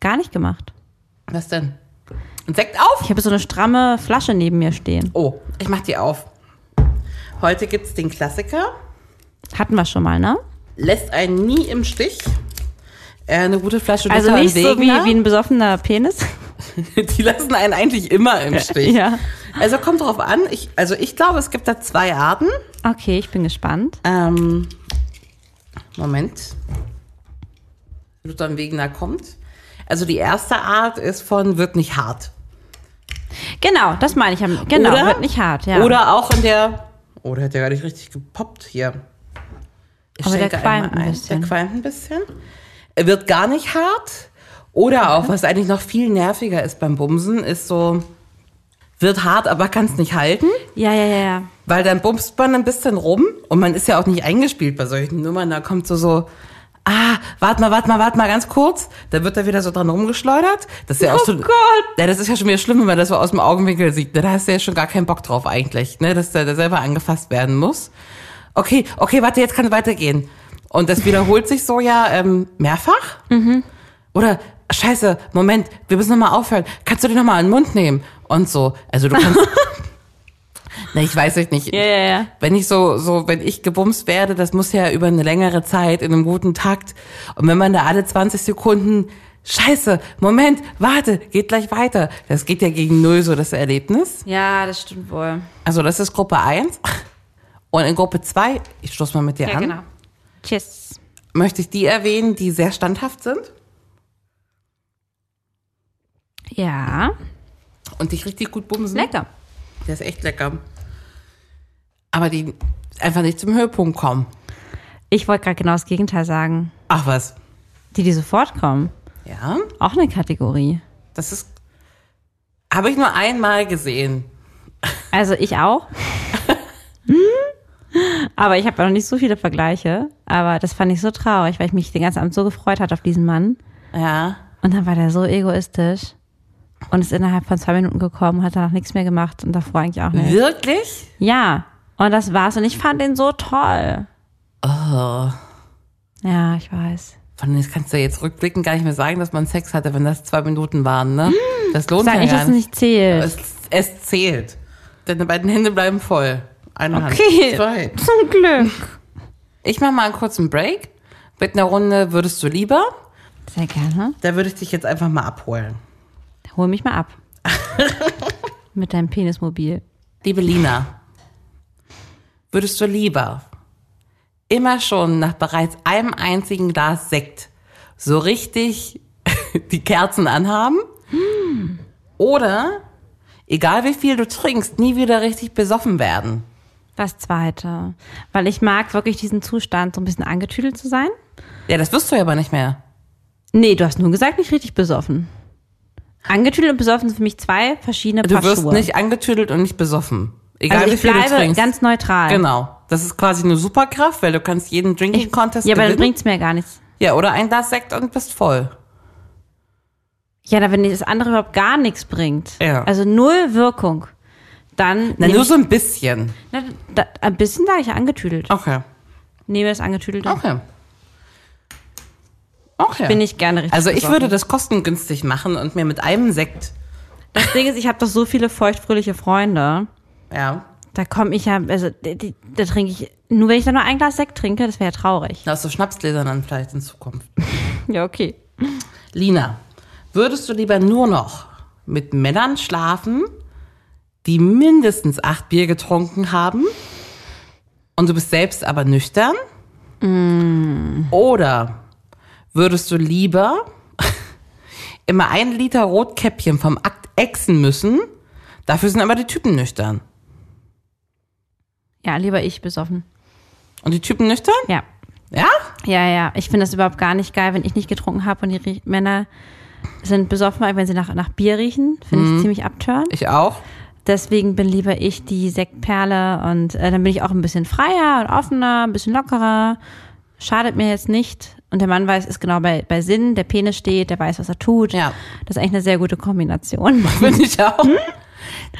Speaker 3: gar nicht gemacht. genau.
Speaker 2: Was denn? Und Sekt auf!
Speaker 3: Ich habe so eine stramme Flasche neben mir stehen.
Speaker 2: Oh, ich mach die auf. Heute gibt's den Klassiker.
Speaker 3: Hatten wir schon mal, ne?
Speaker 2: Lässt einen nie im Stich. Äh, eine gute Flasche
Speaker 3: Also
Speaker 2: Luther und
Speaker 3: nicht so wie,
Speaker 2: Wegener.
Speaker 3: wie ein besoffener Penis.
Speaker 2: <laughs> Die lassen einen eigentlich immer im Stich.
Speaker 3: <laughs> Ja.
Speaker 2: Also kommt drauf an. Ich, also ich glaube, es gibt da zwei Arten.
Speaker 3: Okay, ich bin gespannt.
Speaker 2: Ähm, Moment. Luther und Wegener kommt. Also die erste Art ist von wird nicht hart.
Speaker 3: Genau, das meine ich. am- Genau,
Speaker 2: Oder-
Speaker 3: wird nicht hart, ja.
Speaker 2: Oder auch in der. Oh, der hat ja gar nicht richtig gepoppt hier. Ich
Speaker 3: Aber der
Speaker 2: schenke
Speaker 3: qualmt
Speaker 2: einmal
Speaker 3: ein
Speaker 2: ein.
Speaker 3: bisschen.
Speaker 2: Der qualmt ein bisschen. Er wird gar nicht hart. Oder auch, was eigentlich noch viel nerviger ist beim Bumsen, ist so, wird hart, aber kann es nicht halten.
Speaker 3: Ja, ja, ja, ja.
Speaker 2: Weil dann bumst man ein bisschen rum und man ist ja auch nicht eingespielt bei solchen Nummern. Da kommt so so, ah, warte mal, warte mal, warte mal ganz kurz. Dann wird er wieder so dran rumgeschleudert. Das ist ja auch
Speaker 3: Oh
Speaker 2: schon,
Speaker 3: Gott.
Speaker 2: Ja, das ist ja schon wieder schlimm, wenn man das so aus dem Augenwinkel sieht. ne? Da hast du ja schon gar keinen Bock drauf eigentlich, ne? dass der da selber angefasst werden muss. Okay, okay, warte, jetzt kann es weitergehen. Und das wiederholt sich so ja ähm, mehrfach. Oder Scheiße, Moment, wir müssen nochmal aufhören. Kannst du dir nochmal einen Mund nehmen? Und so. Also du
Speaker 3: <laughs>
Speaker 2: kannst. Na, ich weiß es nicht.
Speaker 3: Ja, ja, ja.
Speaker 2: Wenn ich so, so, wenn ich gebumst werde, das muss ja über eine längere Zeit in einem guten Takt. Und wenn man da alle 20 Sekunden, Scheiße, Moment, warte, geht gleich weiter. Das geht ja gegen null so das Erlebnis.
Speaker 3: Ja, das stimmt wohl.
Speaker 2: Also das ist Gruppe eins Und in Gruppe zwei, ich stoß mal mit dir
Speaker 3: Ja,
Speaker 2: an,
Speaker 3: genau. Tschüss.
Speaker 2: möchte ich die erwähnen, die sehr standhaft sind
Speaker 3: Ja,
Speaker 2: und dich richtig gut bumsen.
Speaker 3: lecker.
Speaker 2: Der ist echt lecker. Aber die einfach nicht zum Höhepunkt kommen.
Speaker 3: Ich wollte gerade genau das Gegenteil sagen.
Speaker 2: Ach was.
Speaker 3: Die, die sofort kommen.
Speaker 2: Ja,
Speaker 3: Auch eine Kategorie.
Speaker 2: das ist. Habe ich nur einmal gesehen.
Speaker 3: Also ich <laughs> auch. Hm? aber ich habe ja noch nicht so viele Vergleiche. Aber das fand ich so traurig, weil ich mich den ganzen Abend so gefreut hatte auf diesen Mann.
Speaker 2: Ja.
Speaker 3: Und dann war der so egoistisch. Und ist innerhalb von zwei Minuten gekommen, hat danach nichts mehr gemacht und davor eigentlich auch nicht.
Speaker 2: Wirklich?
Speaker 3: Ja, und
Speaker 2: Oh.
Speaker 3: das war's. Und ich fand den so toll. Ja, ich weiß.
Speaker 2: Von das kannst du jetzt rückblickend gar nicht mehr sagen, dass man Sex hatte, wenn das zwei Minuten waren, ne? Das lohnt
Speaker 3: Sag
Speaker 2: ja
Speaker 3: ich,
Speaker 2: gar
Speaker 3: dass es nicht
Speaker 2: Aber
Speaker 3: zählt.
Speaker 2: Es, es zählt. Deine beiden Hände bleiben voll. Eine
Speaker 3: Okay.
Speaker 2: Hand. Zwei.
Speaker 3: Zum Glück.
Speaker 2: Ich mache mal einen kurzen Break. Mit einer Runde würdest du lieber.
Speaker 3: Sehr gerne.
Speaker 2: Da würde ich dich jetzt einfach mal abholen.
Speaker 3: Hol mich mal
Speaker 2: <laughs>
Speaker 3: ab. Mit deinem Penismobil.
Speaker 2: Liebe Lina, würdest du lieber immer schon nach bereits einem einzigen Glas Sekt so richtig <laughs> die Kerzen anhaben?
Speaker 3: Hm.
Speaker 2: Oder egal wie viel du trinkst, nie wieder richtig besoffen werden?
Speaker 3: Das zweite. Weil ich mag wirklich diesen Zustand, so ein bisschen angetüdelt zu sein.
Speaker 2: Ja, das wirst du ja aber nicht mehr.
Speaker 3: Nee, du hast nur gesagt, nicht richtig besoffen. Angetüdelt und besoffen sind für mich zwei verschiedene
Speaker 2: Du
Speaker 3: Paar
Speaker 2: wirst
Speaker 3: Schuhe.
Speaker 2: nicht angetüdelt und nicht besoffen. Egal
Speaker 3: also
Speaker 2: wie
Speaker 3: ich
Speaker 2: viel du
Speaker 3: bleibe
Speaker 2: trinkst.
Speaker 3: ganz neutral.
Speaker 2: genau. Das ist quasi eine Superkraft, weil du kannst jeden Drinking Contest
Speaker 3: ja, aber dann
Speaker 2: gewinnen.
Speaker 3: bringt's mir gar nichts.
Speaker 2: ja, oder ein Glas Sekt und bist voll.
Speaker 3: Ja, da wenn das andere überhaupt gar nichts bringt,
Speaker 2: Ja.
Speaker 3: also null Wirkung, dann
Speaker 2: Na,
Speaker 3: nehm
Speaker 2: nur
Speaker 3: ich-
Speaker 2: so ein bisschen.
Speaker 3: na, da, ein bisschen sage ich ja angetüdelt.
Speaker 2: Okay.
Speaker 3: Nehme das angetüdelt.
Speaker 2: Oh. Okay. Okay.
Speaker 3: Bin ich gerne richtig.
Speaker 2: also ich
Speaker 3: besoffen.
Speaker 2: würde das kostengünstig machen und mir mit einem Sekt,
Speaker 3: Das Ding ist, ich habe doch so viele feuchtfröhliche Freunde.
Speaker 2: ja,
Speaker 3: Da komme ich ja, also die, die, da trinke ich nur, wenn ich dann nur ein Glas Sekt trinke, das wäre ja traurig.
Speaker 2: aus so Schnapsgläsern dann vielleicht in Zukunft.
Speaker 3: Ja okay.
Speaker 2: Lina, würdest du lieber nur noch mit Männern schlafen, die mindestens acht Bier getrunken haben und du bist selbst aber nüchtern? Oder würdest du lieber <laughs> immer ein Liter Rotkäppchen vom Akt ächzen müssen, dafür sind aber die Typen nüchtern?
Speaker 3: Ja, lieber ich besoffen.
Speaker 2: Und die Typen nüchtern?
Speaker 3: Ja.
Speaker 2: Ja?
Speaker 3: Ja, ja. Ich finde das überhaupt gar nicht geil, wenn ich nicht getrunken habe und die Rie Männer sind besoffen, weil wenn sie nach, nach Bier riechen, finde
Speaker 2: Mhm.
Speaker 3: ich ziemlich abtörend.
Speaker 2: Ich auch.
Speaker 3: Deswegen bin lieber ich die Sektperle und äh, dann bin ich auch ein bisschen freier und offener, ein bisschen lockerer. Schadet mir jetzt nicht. Und der Mann weiß, ist genau bei, bei Sinn, der Penis steht, der weiß, was er tut.
Speaker 2: Ja.
Speaker 3: Das ist eigentlich eine sehr
Speaker 2: <laughs>
Speaker 3: gute Kombination. Hm?
Speaker 2: Bin ich auch.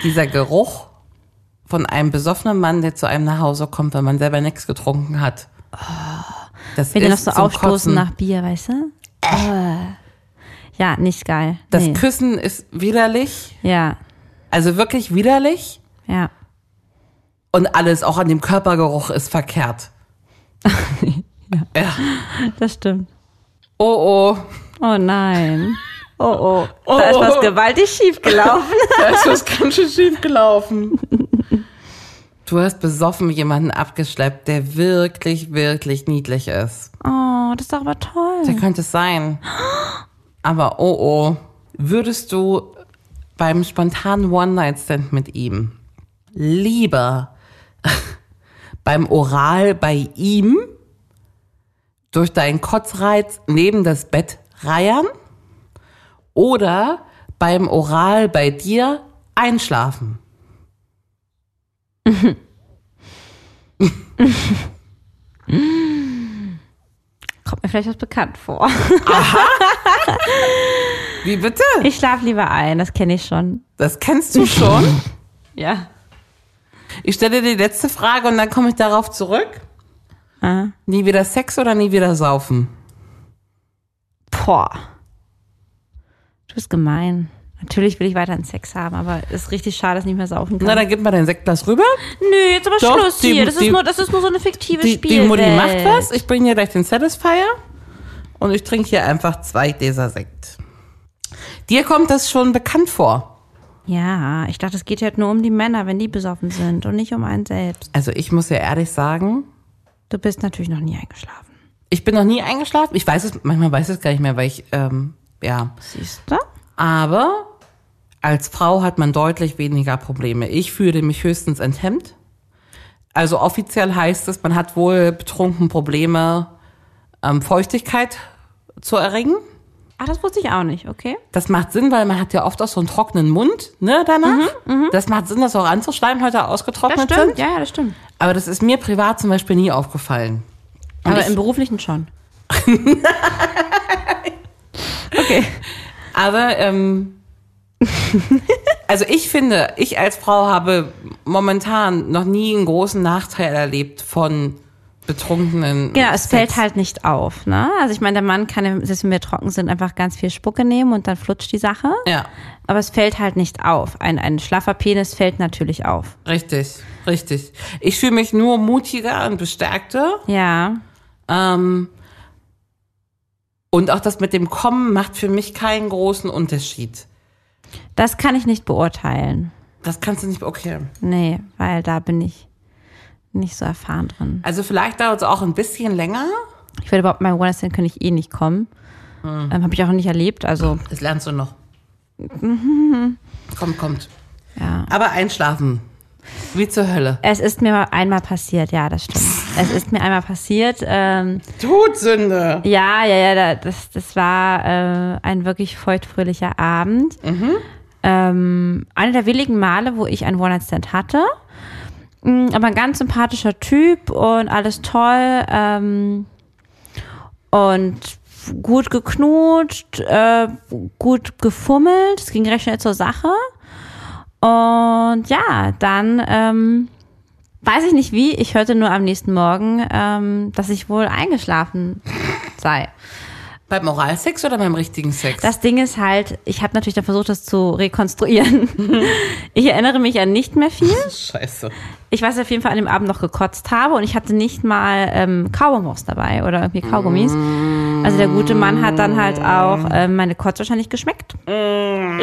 Speaker 2: Dieser Geruch von einem besoffenen Mann, der zu einem nach Hause kommt, wenn man selber nichts getrunken hat. Das
Speaker 3: Wenn die noch
Speaker 2: ist
Speaker 3: so
Speaker 2: zum
Speaker 3: aufstoßen
Speaker 2: Kotzen.
Speaker 3: nach Bier, weißt du? Äh. Ja, nicht geil.
Speaker 2: Das
Speaker 3: nee.
Speaker 2: Küssen ist widerlich.
Speaker 3: Ja,
Speaker 2: Also wirklich widerlich.
Speaker 3: ja.
Speaker 2: Und alles auch an dem Körpergeruch ist verkehrt.
Speaker 3: Das stimmt.
Speaker 2: Oh oh.
Speaker 3: Oh nein. Oh oh.
Speaker 2: Oh,
Speaker 3: da ist
Speaker 2: oh,
Speaker 3: was
Speaker 2: oh.
Speaker 3: gewaltig schief gelaufen.
Speaker 2: Da ist was ganz schön schief gelaufen. Du hast besoffen jemanden abgeschleppt, der wirklich, wirklich niedlich ist.
Speaker 3: <laughs> Oh, das ist doch aber
Speaker 2: Da
Speaker 3: toll.
Speaker 2: könnte es sein. Aber oh oh, würdest du beim spontanen One-Night-Stand mit ihm lieber <laughs> beim Oral bei ihm durch deinen Kotzreiz neben das Bett reiern oder beim Oral bei dir einschlafen?
Speaker 3: Kommt mir vielleicht was bekannt vor.
Speaker 2: Wie bitte?
Speaker 3: Ich schlaf lieber ein, das kenne ich schon.
Speaker 2: Das kennst du schon.
Speaker 3: <laughs> Ja.
Speaker 2: Ich stelle dir die letzte Frage und dann komme ich darauf zurück.
Speaker 3: Ah.
Speaker 2: Nie wieder Sex oder nie wieder saufen?
Speaker 3: Boah. Du bist gemein. Natürlich will ich weiterhin Sex haben, aber es ist richtig schade, dass ich nicht mehr saufen kann.
Speaker 2: Na, dann gib mal dein Sektglas rüber.
Speaker 3: Nö, jetzt aber
Speaker 2: Doch,
Speaker 3: Schluss
Speaker 2: die-
Speaker 3: hier. Das,
Speaker 2: die-
Speaker 3: ist nur, das ist nur so eine fiktive
Speaker 2: Die, die
Speaker 3: Spielwelt.
Speaker 2: Mutti macht was. Ich bringe hier gleich den Satisfier. Und ich trinke hier einfach zwei Gläser Sekt. Dir kommt das schon bekannt vor.
Speaker 3: Ja, ich dachte, es geht halt nur um die Männer, wenn die besoffen sind und nicht um einen selbst.
Speaker 2: Also ich muss ja ehrlich sagen,
Speaker 3: Du bist natürlich noch nie eingeschlafen.
Speaker 2: ich bin noch nie eingeschlafen. Ich weiß es, manchmal weiß ich es gar nicht mehr, weil ich, ähm, ja.
Speaker 3: Siehst du?
Speaker 2: Aber als Frau hat man deutlich weniger Probleme. Ich fühle mich höchstens enthemmt. Also offiziell heißt es, man hat wohl betrunken Probleme, ähm, Feuchtigkeit zu erringen.
Speaker 3: Ach, Ah, das wusste ich auch nicht, okay?
Speaker 2: Das macht Sinn, weil man hat ja oft auch so einen trockenen Mund, ne, danach. das macht Sinn, das auch anzuschreiben, heute
Speaker 3: Mhm, Das
Speaker 2: ausgetrocknet
Speaker 3: stimmt,
Speaker 2: sind.
Speaker 3: ja, ja, das stimmt.
Speaker 2: Aber das ist mir privat zum Beispiel nie aufgefallen.
Speaker 3: Aber
Speaker 2: ich-
Speaker 3: im Beruflichen schon.
Speaker 2: Aber,
Speaker 3: <laughs>
Speaker 2: ähm, also ich finde, ich als Frau habe momentan noch nie einen großen Nachteil erlebt von betrunkenen.
Speaker 3: Genau, es
Speaker 2: Sex.
Speaker 3: fällt halt nicht auf. Ne? Also ich meine, der Mann kann, im- selbst wenn wir trocken sind, einfach ganz viel Spucke nehmen und dann flutscht die Sache.
Speaker 2: Ja,
Speaker 3: Aber es fällt halt nicht auf. Ein, ein schlaffer Penis fällt natürlich auf.
Speaker 2: richtig, richtig. Ich fühle mich nur mutiger und bestärkter.
Speaker 3: Ja.
Speaker 2: Ähm, und auch das mit dem Kommen macht für mich keinen großen Unterschied.
Speaker 3: Das kann ich nicht beurteilen.
Speaker 2: Das kannst du nicht, okay.
Speaker 3: Nee, weil da bin ich nicht so erfahren drin.
Speaker 2: Also vielleicht dauert es auch ein bisschen länger.
Speaker 3: Ich würde überhaupt, mein One-Stand könnte ich eh nicht kommen. Ähm, Habe ich auch nicht erlebt. Also,
Speaker 2: Das lernst du noch.
Speaker 3: Mhm.
Speaker 2: kommt, kommt. Aber einschlafen. Wie zur Hölle.
Speaker 3: es ist mir mal einmal passiert. Ja, das stimmt. es ist mir einmal passiert. Ähm,
Speaker 2: Todsünde.
Speaker 3: Ja, ja, ja, da- das, das war äh, ein wirklich feuchtfröhlicher Abend. Ähm, einer der wenigen Male, wo ich einen One-Night-Stand hatte. Mm, Aber ein ganz sympathischer Typ und alles toll. Ähm, und gut geknutscht, äh, gut gefummelt. Es ging recht schnell zur Sache. Und ja, dann... Ähm, Weiß ich nicht wie, ich hörte nur am nächsten Morgen, ähm, dass ich wohl eingeschlafen sei.
Speaker 2: Beim Oralsex oder beim richtigen Sex?
Speaker 3: Das Ding ist halt, ich habe natürlich dann versucht, das zu rekonstruieren. Ich erinnere mich an nicht mehr viel.
Speaker 2: Scheiße.
Speaker 3: Ich weiß auf jeden Fall, an dem Abend noch gekotzt habe und ich hatte nicht mal ähm, Kaugummis dabei oder irgendwie Kaugummis. Also der gute Mann hat dann halt auch ähm, meine Kotze wahrscheinlich geschmeckt. Ich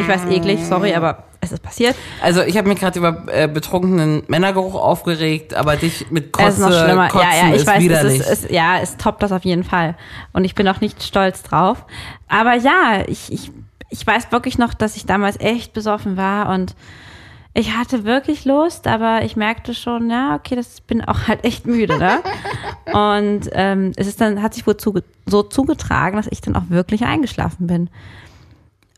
Speaker 3: weiß eklig, sorry, aber es ist passiert.
Speaker 2: Also ich habe mich gerade über äh, betrunkenen Männergeruch aufgeregt, aber dich mit Kotze,
Speaker 3: Es ist noch schlimmer.
Speaker 2: Kotzen
Speaker 3: ja, ja, ich
Speaker 2: ist
Speaker 3: weiß,
Speaker 2: widerlich.
Speaker 3: es ist, es, ja, es toppt das auf jeden Fall. Und ich bin auch nicht stolz drauf. Aber ja, ich, ich, ich weiß wirklich noch, dass ich damals echt besoffen war und ich hatte wirklich Lust, aber ich merkte schon, ja, okay, das bin auch halt echt
Speaker 2: <laughs>
Speaker 3: müde, ne? Und ähm, es ist dann, hat sich wohl zuge so zugetragen, dass ich dann auch wirklich eingeschlafen bin.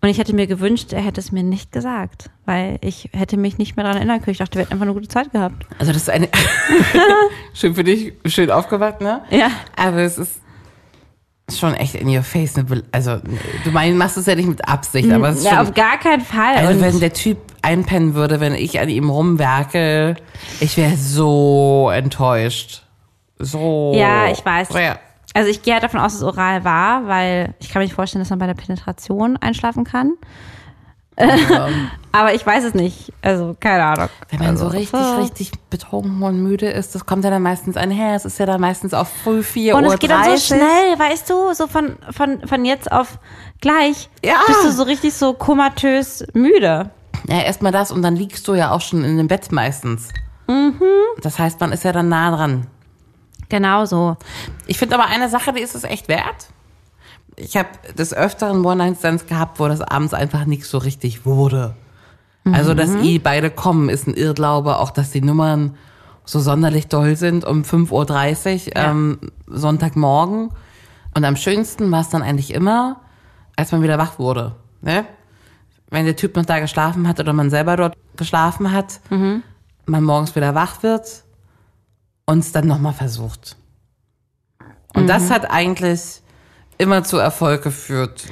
Speaker 3: Und ich hätte mir gewünscht, er hätte es mir nicht gesagt, weil ich hätte mich nicht mehr daran erinnern können. Ich dachte, wir hätten einfach eine gute Zeit gehabt.
Speaker 2: also das ist
Speaker 3: <laughs>
Speaker 2: eine... schön für dich, schön aufgewacht, ne?
Speaker 3: Ja.
Speaker 2: Aber es ist schon echt in your face. Ne? Be- Also du meinst, machst es ja nicht mit Absicht, aber es ist
Speaker 3: Ja,
Speaker 2: schon...
Speaker 3: auf gar keinen Fall.
Speaker 2: Also
Speaker 3: Und-
Speaker 2: wenn der Typ einpennen würde, wenn ich an ihm rumwerke, ich wäre so enttäuscht. So.
Speaker 3: Ja, ich weiß.
Speaker 2: Ja.
Speaker 3: Also ich gehe halt davon aus, dass es oral war, weil ich kann mir nicht vorstellen, dass man bei der Penetration einschlafen kann. <laughs> Aber ich weiß es nicht. Also keine Ahnung.
Speaker 2: Wenn man so
Speaker 3: Also,
Speaker 2: richtig, richtig betrunken und müde ist, das kommt ja dann meistens einher. Es ist ja dann meistens auch früh 4
Speaker 3: Und
Speaker 2: Uhr.
Speaker 3: es geht dann so
Speaker 2: 30.
Speaker 3: schnell, weißt du, so von, von, von jetzt auf gleich
Speaker 2: Ja.
Speaker 3: bist du so richtig so komatös müde.
Speaker 2: Ja, erstmal das und dann liegst du ja auch schon in dem Bett meistens. Mhm. Das heißt, man ist ja dann nah dran.
Speaker 3: Genau so.
Speaker 2: Ich finde aber eine Sache, die ist es echt wert. Ich habe des Öfteren One-Night-Stands gehabt, wo das abends einfach nicht so richtig wurde. Also, dass i beide kommen, ist ein Irrglaube. Auch, dass die Nummern so sonderlich doll sind um 5.30 Uhr ähm, Sonntagmorgen. Und am schönsten war es dann eigentlich immer, als man wieder wach wurde. Ne? Wenn der Typ noch da geschlafen hat oder man selber dort geschlafen hat, man morgens wieder wach wird und es dann nochmal versucht. Und
Speaker 3: Mhm.
Speaker 2: das hat eigentlich immer zu Erfolg geführt.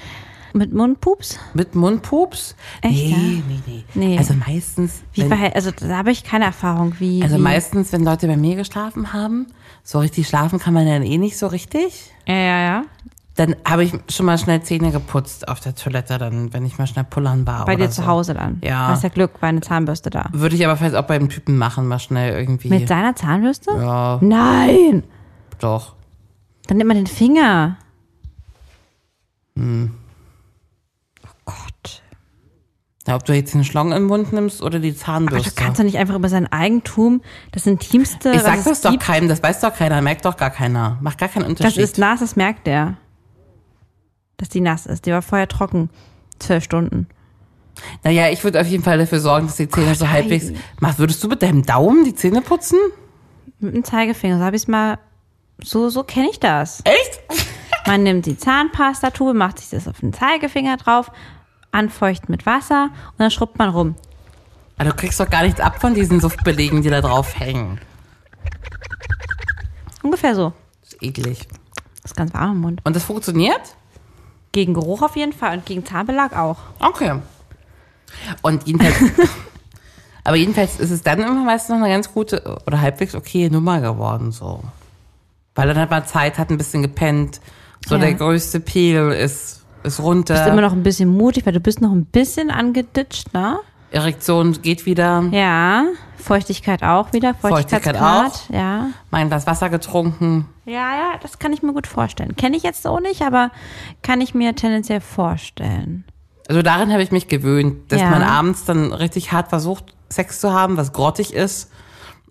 Speaker 3: Mit Mundpups?
Speaker 2: Mit Mundpups?
Speaker 3: Echt,
Speaker 2: nee,
Speaker 3: ja?
Speaker 2: nee, nee,
Speaker 3: Nee.
Speaker 2: Also meistens.
Speaker 3: Wie
Speaker 2: wenn-
Speaker 3: verhält, also da habe ich keine Erfahrung, wie.
Speaker 2: also
Speaker 3: wie,
Speaker 2: meistens, wenn Leute bei mir geschlafen haben, so richtig schlafen kann man dann eh nicht so richtig.
Speaker 3: Ja, ja, ja.
Speaker 2: Dann habe ich schon mal schnell Zähne geputzt auf der Toilette, dann, wenn ich mal schnell pullern war.
Speaker 3: Bei
Speaker 2: oder
Speaker 3: dir zu
Speaker 2: so.
Speaker 3: Hause dann.
Speaker 2: Ja.
Speaker 3: Hast ja Glück, war eine Zahnbürste da.
Speaker 2: Würde ich aber vielleicht auch beim Typen machen, mal schnell irgendwie.
Speaker 3: Mit seiner Zahnbürste?
Speaker 2: Ja.
Speaker 3: Nein!
Speaker 2: Doch.
Speaker 3: Dann nimmt man den Finger. Oh Gott.
Speaker 2: Ja, ob du jetzt den Schlong im Mund nimmst oder die
Speaker 3: Aber du
Speaker 2: Zahnbürste.
Speaker 3: kannst doch nicht einfach über sein Eigentum, das Intimste.
Speaker 2: ich
Speaker 3: was
Speaker 2: sag
Speaker 3: es
Speaker 2: das doch
Speaker 3: gibt,
Speaker 2: keinem, das weiß doch keiner, merkt doch gar keiner. Macht gar keinen
Speaker 3: Das
Speaker 2: Unterschied.
Speaker 3: ist nass, das merkt er. Dass die nass ist. Die war vorher trocken. Zwölf Stunden.
Speaker 2: Naja, ich würde auf jeden Fall dafür sorgen, dass die Zähne so halbwegs. Mach, würdest du mit deinem Daumen die Zähne putzen?
Speaker 3: Mit dem Zeigefinger. So habe ich es mal. So, so kenne ich das.
Speaker 2: Echt?
Speaker 3: Man nimmt die Zahnpastatube, macht sich das auf den Zeigefinger drauf, anfeucht mit Wasser und dann schrubbt man rum.
Speaker 2: Aber Ah, du kriegst doch gar nichts ab von diesen Suftbelegen, die da drauf hängen.
Speaker 3: Ungefähr so.
Speaker 2: Das ist eklig.
Speaker 3: Ist ganz warm im Mund.
Speaker 2: Und das funktioniert?
Speaker 3: Gegen Geruch auf jeden Fall und gegen Zahnbelag auch.
Speaker 2: Okay. Und jedenfalls. aber jedenfalls ist es dann immer meistens noch eine ganz gute oder halbwegs okay Nummer geworden, so. Weil dann hat man Zeit, hat ein bisschen gepennt. So
Speaker 3: Ja.
Speaker 2: der größte Peel ist, ist runter.
Speaker 3: Du bist immer noch ein bisschen mutig, weil du bist noch ein bisschen angeditscht, ne?
Speaker 2: Erektion geht wieder.
Speaker 3: Ja. Feuchtigkeit auch wieder.
Speaker 2: Feuchtigkeit
Speaker 3: Feuchtigkeitsgrad. Ja.
Speaker 2: Mein Glas Wasser getrunken.
Speaker 3: Ja, ja, das kann ich mir gut vorstellen. Kenne ich jetzt so nicht, aber kann ich mir tendenziell vorstellen.
Speaker 2: Also darin habe ich mich gewöhnt, dass
Speaker 3: Ja.
Speaker 2: man abends dann richtig hart versucht, Sex zu haben, was grottig ist.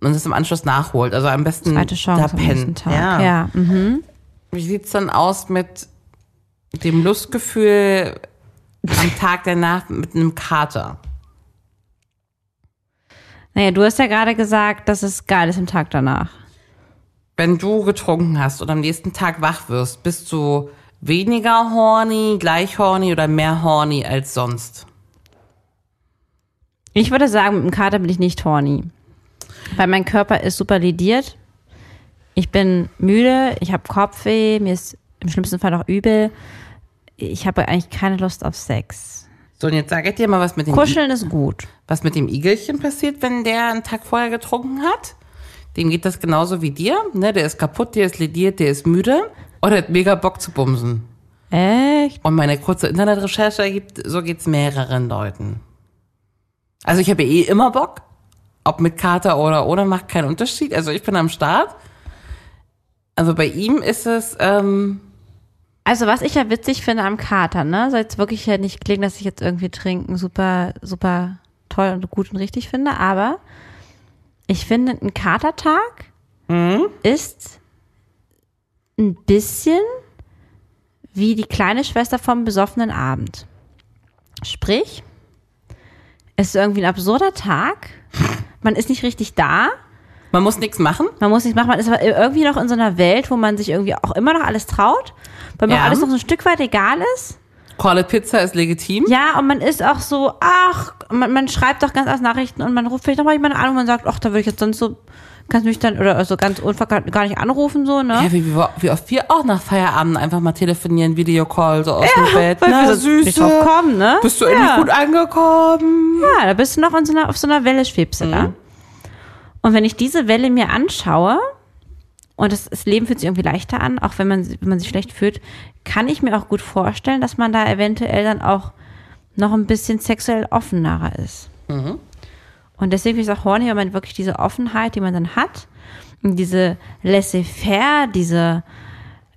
Speaker 2: Und es im Anschluss nachholt. Also am besten
Speaker 3: Zweite Chance
Speaker 2: da
Speaker 3: am
Speaker 2: pennen.
Speaker 3: nächsten Tag. ja. mhm.
Speaker 2: Wie sieht's dann aus mit dem Lustgefühl am Tag danach mit einem Kater?
Speaker 3: Naja, du hast ja gerade gesagt, dass es geil ist am Tag danach.
Speaker 2: Wenn du getrunken hast und am nächsten Tag wach wirst, bist du weniger horny, gleich horny oder mehr horny als sonst?
Speaker 3: Ich würde sagen, mit dem Kater bin ich nicht horny. Weil mein Körper ist super lidiert. Ich bin müde, ich habe Kopfweh, mir ist im schlimmsten Fall auch übel. Ich habe eigentlich keine Lust auf Sex.
Speaker 2: So, und jetzt sag ich dir mal, was mit dem,
Speaker 3: Kuscheln ist gut.
Speaker 2: was mit dem Igelchen passiert, wenn der einen Tag vorher getrunken hat. Dem geht das genauso wie dir. Ne? Der ist kaputt, der ist lediert, der ist müde oder hat mega Bock zu bumsen.
Speaker 3: Echt?
Speaker 2: Und meine kurze Internetrecherche ergibt, so geht's mehreren Leuten. Also ich habe ja eh immer Bock. Ob mit Kater oder ohne, macht keinen Unterschied. Also ich bin am Start. Also bei ihm ist es, ähm,
Speaker 3: Also was ich ja witzig finde am Kater, ne, soll jetzt wirklich ja nicht klingen, dass ich jetzt irgendwie trinken super, super toll und gut und richtig finde, aber ich finde, ein Katertag ist ein bisschen wie die kleine Schwester vom besoffenen Abend. Sprich, es ist irgendwie ein absurder Tag, man ist nicht richtig da,
Speaker 2: man muss nichts machen.
Speaker 3: man muss nicht machen, man ist aber irgendwie noch in so einer Welt, wo man sich irgendwie auch immer noch alles traut, weil mir
Speaker 2: Ja.
Speaker 3: auch alles noch so ein Stück weit egal ist.
Speaker 2: Call it Pizza ist legitim.
Speaker 3: Ja, und man ist auch so, ach, man, man schreibt doch ganz aus Nachrichten und man ruft vielleicht nochmal jemanden an und man sagt, ach, da würde ich jetzt sonst so ganz nüchtern oder so ganz unverkannt gar nicht anrufen, so, ne?
Speaker 2: Ja, wie, wie, wie oft wir auch nach Feierabend einfach mal telefonieren, Videocall, so aus dem Bett. ne?
Speaker 3: weil wir so nicht drauf kommen, ne?
Speaker 2: Bist du
Speaker 3: Ja.
Speaker 2: endlich gut angekommen?
Speaker 3: Ja, da bist du noch in so einer, auf so einer Welle schwebst du da. Und wenn ich diese Welle mir anschaue, und das, das Leben fühlt sich irgendwie leichter an, auch wenn man, wenn man sich schlecht fühlt, kann ich mir auch gut vorstellen, dass man da eventuell dann auch noch ein bisschen sexuell offener ist. Und deswegen finde ich es auch horny, wenn man wirklich diese Offenheit, die man dann hat, und diese laissez-faire, diese,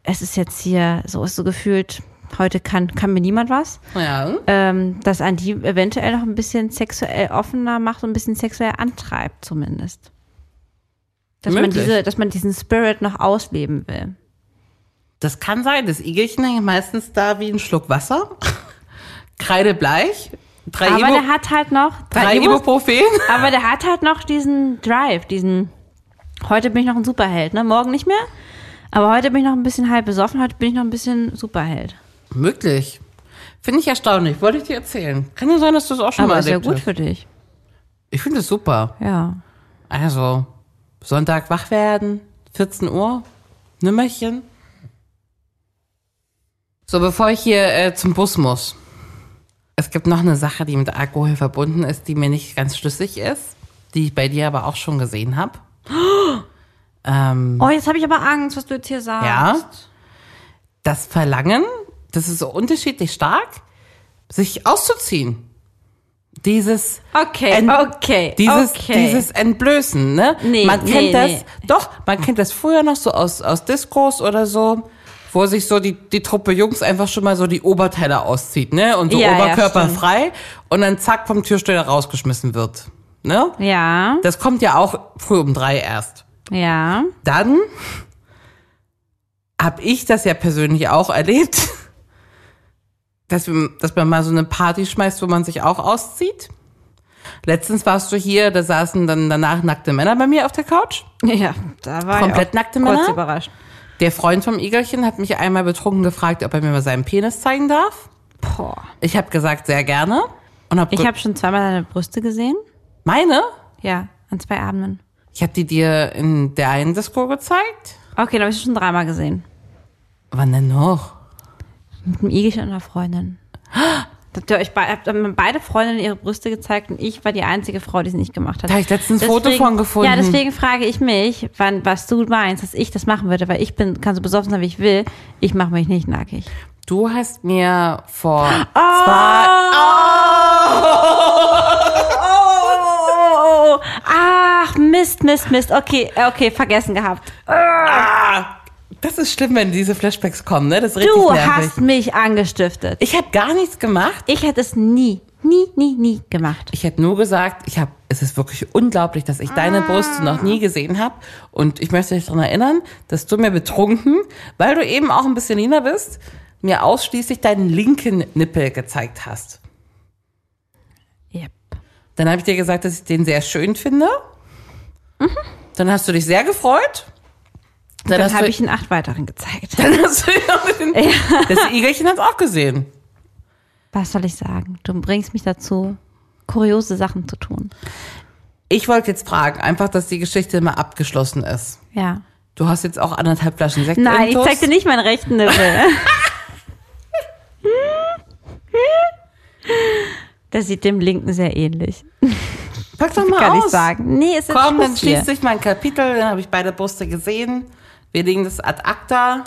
Speaker 3: es ist jetzt hier, so ist so gefühlt, heute kann, kann mir niemand was
Speaker 2: Ja.
Speaker 3: ähm, dass an die eventuell noch ein bisschen sexuell offener macht und ein bisschen sexuell antreibt zumindest. Dass man,
Speaker 2: Möglich.
Speaker 3: diese, dass man diesen Spirit noch ausleben will.
Speaker 2: Das kann sein. Das Igelchen hängt meistens da wie ein Schluck Wasser. <laughs> Kreidebleich. Drei
Speaker 3: aber
Speaker 2: Ibu-
Speaker 3: der hat halt noch,
Speaker 2: Drei
Speaker 3: Ibus-
Speaker 2: Ibuprofen. <laughs>
Speaker 3: aber der hat halt noch diesen Drive, diesen, heute bin ich noch ein Superheld, ne? morgen nicht mehr, aber heute bin ich noch ein bisschen halb besoffen, heute bin ich noch ein bisschen Superheld.
Speaker 2: Möglich. Finde ich erstaunlich. Wollte ich dir erzählen. Kann ja sein, dass du es auch schon
Speaker 3: Aber
Speaker 2: mal
Speaker 3: ist ja
Speaker 2: erlebt
Speaker 3: gut
Speaker 2: hast.
Speaker 3: für dich.
Speaker 2: Ich finde es super.
Speaker 3: Ja.
Speaker 2: Also, Sonntag wach werden, 14 Uhr, Nimmerchen. So, bevor ich hier äh, zum Bus muss. Es gibt noch eine Sache, die mit Alkohol verbunden ist, die mir nicht ganz schlüssig ist, die ich bei dir aber auch schon gesehen habe. Ähm,
Speaker 3: Oh, jetzt habe ich aber Angst, was du jetzt hier sagst.
Speaker 2: Ja. das Verlangen, das ist so unterschiedlich stark, sich auszuziehen. Dieses
Speaker 3: Okay,
Speaker 2: Ent-
Speaker 3: okay,
Speaker 2: Dieses,
Speaker 3: okay.
Speaker 2: dieses Entblößen, ne?
Speaker 3: Nee,
Speaker 2: man
Speaker 3: nee,
Speaker 2: kennt das,
Speaker 3: nee.
Speaker 2: doch, man kennt das früher noch so aus, aus Discos oder so, wo sich so die, die Truppe Jungs einfach schon mal so die Oberteile auszieht, ne? Und so
Speaker 3: Ja, ja,
Speaker 2: oberkörperfrei und dann zack vom Türsteher rausgeschmissen wird, ne?
Speaker 3: Ja,
Speaker 2: Das kommt ja auch früh um drei erst
Speaker 3: ja.
Speaker 2: dann habe ich das ja persönlich auch erlebt, <laughs> dass, wir, dass man mal so eine Party schmeißt, wo man sich auch auszieht. Letztens warst du hier, da saßen dann danach nackte Männer bei mir auf der Couch.
Speaker 3: <laughs> Ja, da war
Speaker 2: Komplett
Speaker 3: ich auch
Speaker 2: nackte
Speaker 3: kurz
Speaker 2: Männer?
Speaker 3: überrascht.
Speaker 2: Der Freund vom Igelchen hat mich einmal betrunken gefragt, ob er mir mal seinen Penis zeigen darf.
Speaker 3: Boah.
Speaker 2: Ich habe gesagt, sehr gerne. Und hab
Speaker 3: Ich
Speaker 2: ge-
Speaker 3: habe schon zweimal deine Brüste gesehen.
Speaker 2: meine,
Speaker 3: Ja, an zwei Abenden.
Speaker 2: ich habe die dir in der einen Disco gezeigt.
Speaker 3: Okay, dann habe ich sie schon dreimal gesehen.
Speaker 2: Wann denn noch?
Speaker 3: Mit einem Igelchen und einer Freundin. <gasps> Habt ihr euch be habt, haben beide Freundinnen ihre Brüste gezeigt und ich war die einzige Frau, die es nicht gemacht hat.
Speaker 2: Da hab ich letztens ein Foto von gefunden.
Speaker 3: Ja, deswegen frage ich mich, wann, was du meinst, dass ich das machen würde, weil ich bin, kann so besoffen sein, wie ich will. Ich mache mich nicht nackig.
Speaker 2: Du hast mir vor zwei. Oh!
Speaker 3: Ah, Oh, ach, Mist, Mist, Mist. Okay, äh, okay, vergessen gehabt.
Speaker 2: Ah! Das ist schlimm, wenn diese Flashbacks kommen, ne? Das ist richtig
Speaker 3: Du
Speaker 2: nervig.
Speaker 3: hast mich angestiftet.
Speaker 2: ich habe gar nichts gemacht.
Speaker 3: Ich hätte es nie, nie, nie, nie gemacht.
Speaker 2: Ich hätte nur gesagt, ich habe, es ist wirklich unglaublich, dass ich deine
Speaker 3: Ah.
Speaker 2: Brust noch nie gesehen habe. Und ich möchte dich daran erinnern, dass du mir betrunken, weil du eben auch ein bisschen leaner bist, mir ausschließlich deinen linken Nippel gezeigt hast.
Speaker 3: Yep.
Speaker 2: Dann habe ich dir gesagt, dass ich den sehr schön finde.
Speaker 3: Mhm.
Speaker 2: Dann hast du dich sehr gefreut. Dann,
Speaker 3: Dann
Speaker 2: hast
Speaker 3: habe
Speaker 2: du,
Speaker 3: ich einen acht weiteren gezeigt. <laughs>
Speaker 2: dann hast du <laughs> noch den, das Igelchen hat auch gesehen.
Speaker 3: Was soll ich sagen? Du bringst mich dazu, kuriose Sachen zu tun.
Speaker 2: Ich wollte jetzt fragen, einfach, dass die Geschichte immer abgeschlossen ist.
Speaker 3: Ja.
Speaker 2: Du hast jetzt auch anderthalb Flaschen Sekt
Speaker 3: Nein,
Speaker 2: im
Speaker 3: ich
Speaker 2: Tuss.
Speaker 3: zeig dir nicht meinen rechten
Speaker 2: <laughs>
Speaker 3: Nippel. Das sieht dem linken sehr ähnlich.
Speaker 2: Pack doch mal
Speaker 3: Kann
Speaker 2: aus.
Speaker 3: ich sagen. Nee, es ist
Speaker 2: Komm, dann
Speaker 3: Schluss hier.
Speaker 2: schließt sich mein Kapitel, dann habe ich beide Brüste gesehen. Wir legen das ad acta.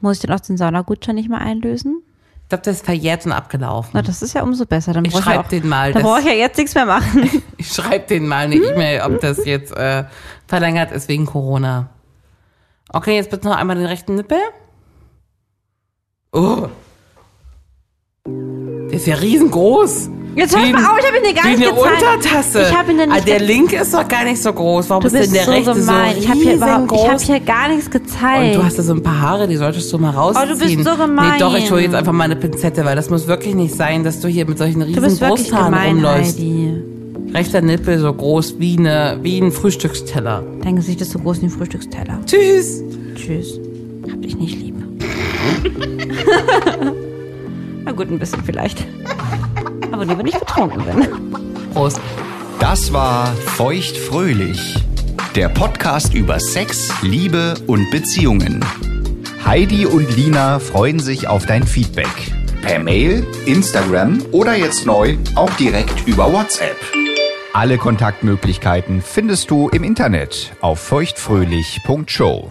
Speaker 3: Muss ich denn auch den Saunagutschein nicht mal einlösen?
Speaker 2: Ich glaube, das ist verjährt und abgelaufen.
Speaker 3: Na, das ist ja umso besser. Dann
Speaker 2: Ich
Speaker 3: brauch
Speaker 2: schreib
Speaker 3: ja auch-
Speaker 2: den mal,
Speaker 3: Dann
Speaker 2: das-
Speaker 3: brauche ich ja jetzt nichts
Speaker 2: <laughs>
Speaker 3: mehr machen.
Speaker 2: Ich schreibe denen mal eine
Speaker 3: Hm?
Speaker 2: E-Mail, ob das jetzt äh, verlängert ist wegen Corona. Okay, jetzt bitte noch einmal den rechten Nippel. Oh. Der ist ja riesengroß.
Speaker 3: Jetzt hör
Speaker 2: Wie
Speaker 3: mal
Speaker 2: ein-
Speaker 3: auf, ich hab ihn dir gar
Speaker 2: wie
Speaker 3: nicht
Speaker 2: eine
Speaker 3: gezeigt.
Speaker 2: Untertasse.
Speaker 3: Ich hab ihn dir nicht
Speaker 2: ah, Der
Speaker 3: ge-
Speaker 2: linke ist doch gar nicht so groß. Warum
Speaker 3: Du
Speaker 2: ist
Speaker 3: bist
Speaker 2: denn der
Speaker 3: so
Speaker 2: rechte
Speaker 3: gemein.
Speaker 2: so
Speaker 3: ich habe hier überhaupt, ich hab
Speaker 2: riesengroß?
Speaker 3: hier gar nichts
Speaker 2: Und
Speaker 3: gezeigt.
Speaker 2: du hast da so ein paar Haare, die solltest du mal rausziehen.
Speaker 3: bist so gemein.
Speaker 2: Nee, doch, ich hole jetzt einfach mal eine Pinzette, weil das muss wirklich nicht sein, dass du hier mit solchen
Speaker 3: du
Speaker 2: riesen
Speaker 3: bist wirklich
Speaker 2: Brusthaaren
Speaker 3: gemein,
Speaker 2: rumläufst.
Speaker 3: Heidi.
Speaker 2: Rechter Nippel so groß wie, eine, wie ein Frühstücksteller.
Speaker 3: Dein Gesicht ist so groß wie ein Frühstücksteller.
Speaker 2: Tschüss.
Speaker 3: Tschüss. Hab dich nicht
Speaker 2: <laughs>
Speaker 3: lieb. Na gut, ein bisschen vielleicht. Aber nur, wenn ich betrunken bin.
Speaker 2: Prost.
Speaker 1: Das war Feuchtfröhlich, der Podcast über Sex, Liebe und Beziehungen. Heidi und Lina freuen sich auf dein Feedback. Per Mail, Instagram oder jetzt neu auch direkt über WhatsApp. Alle Kontaktmöglichkeiten findest du im Internet auf feuchtfröhlich.show.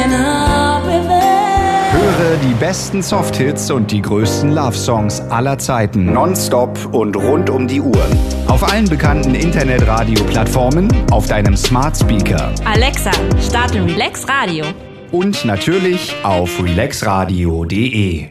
Speaker 9: and I'll be there.
Speaker 1: Höre die besten Soft-Hits und die größten Love-Songs aller Zeiten. Nonstop und rund um die Uhr. Auf allen bekannten Internetradio-Plattformen, auf deinem Smart Speaker
Speaker 3: Alexa, starte Relax Radio.
Speaker 1: und natürlich auf relaxradio.de.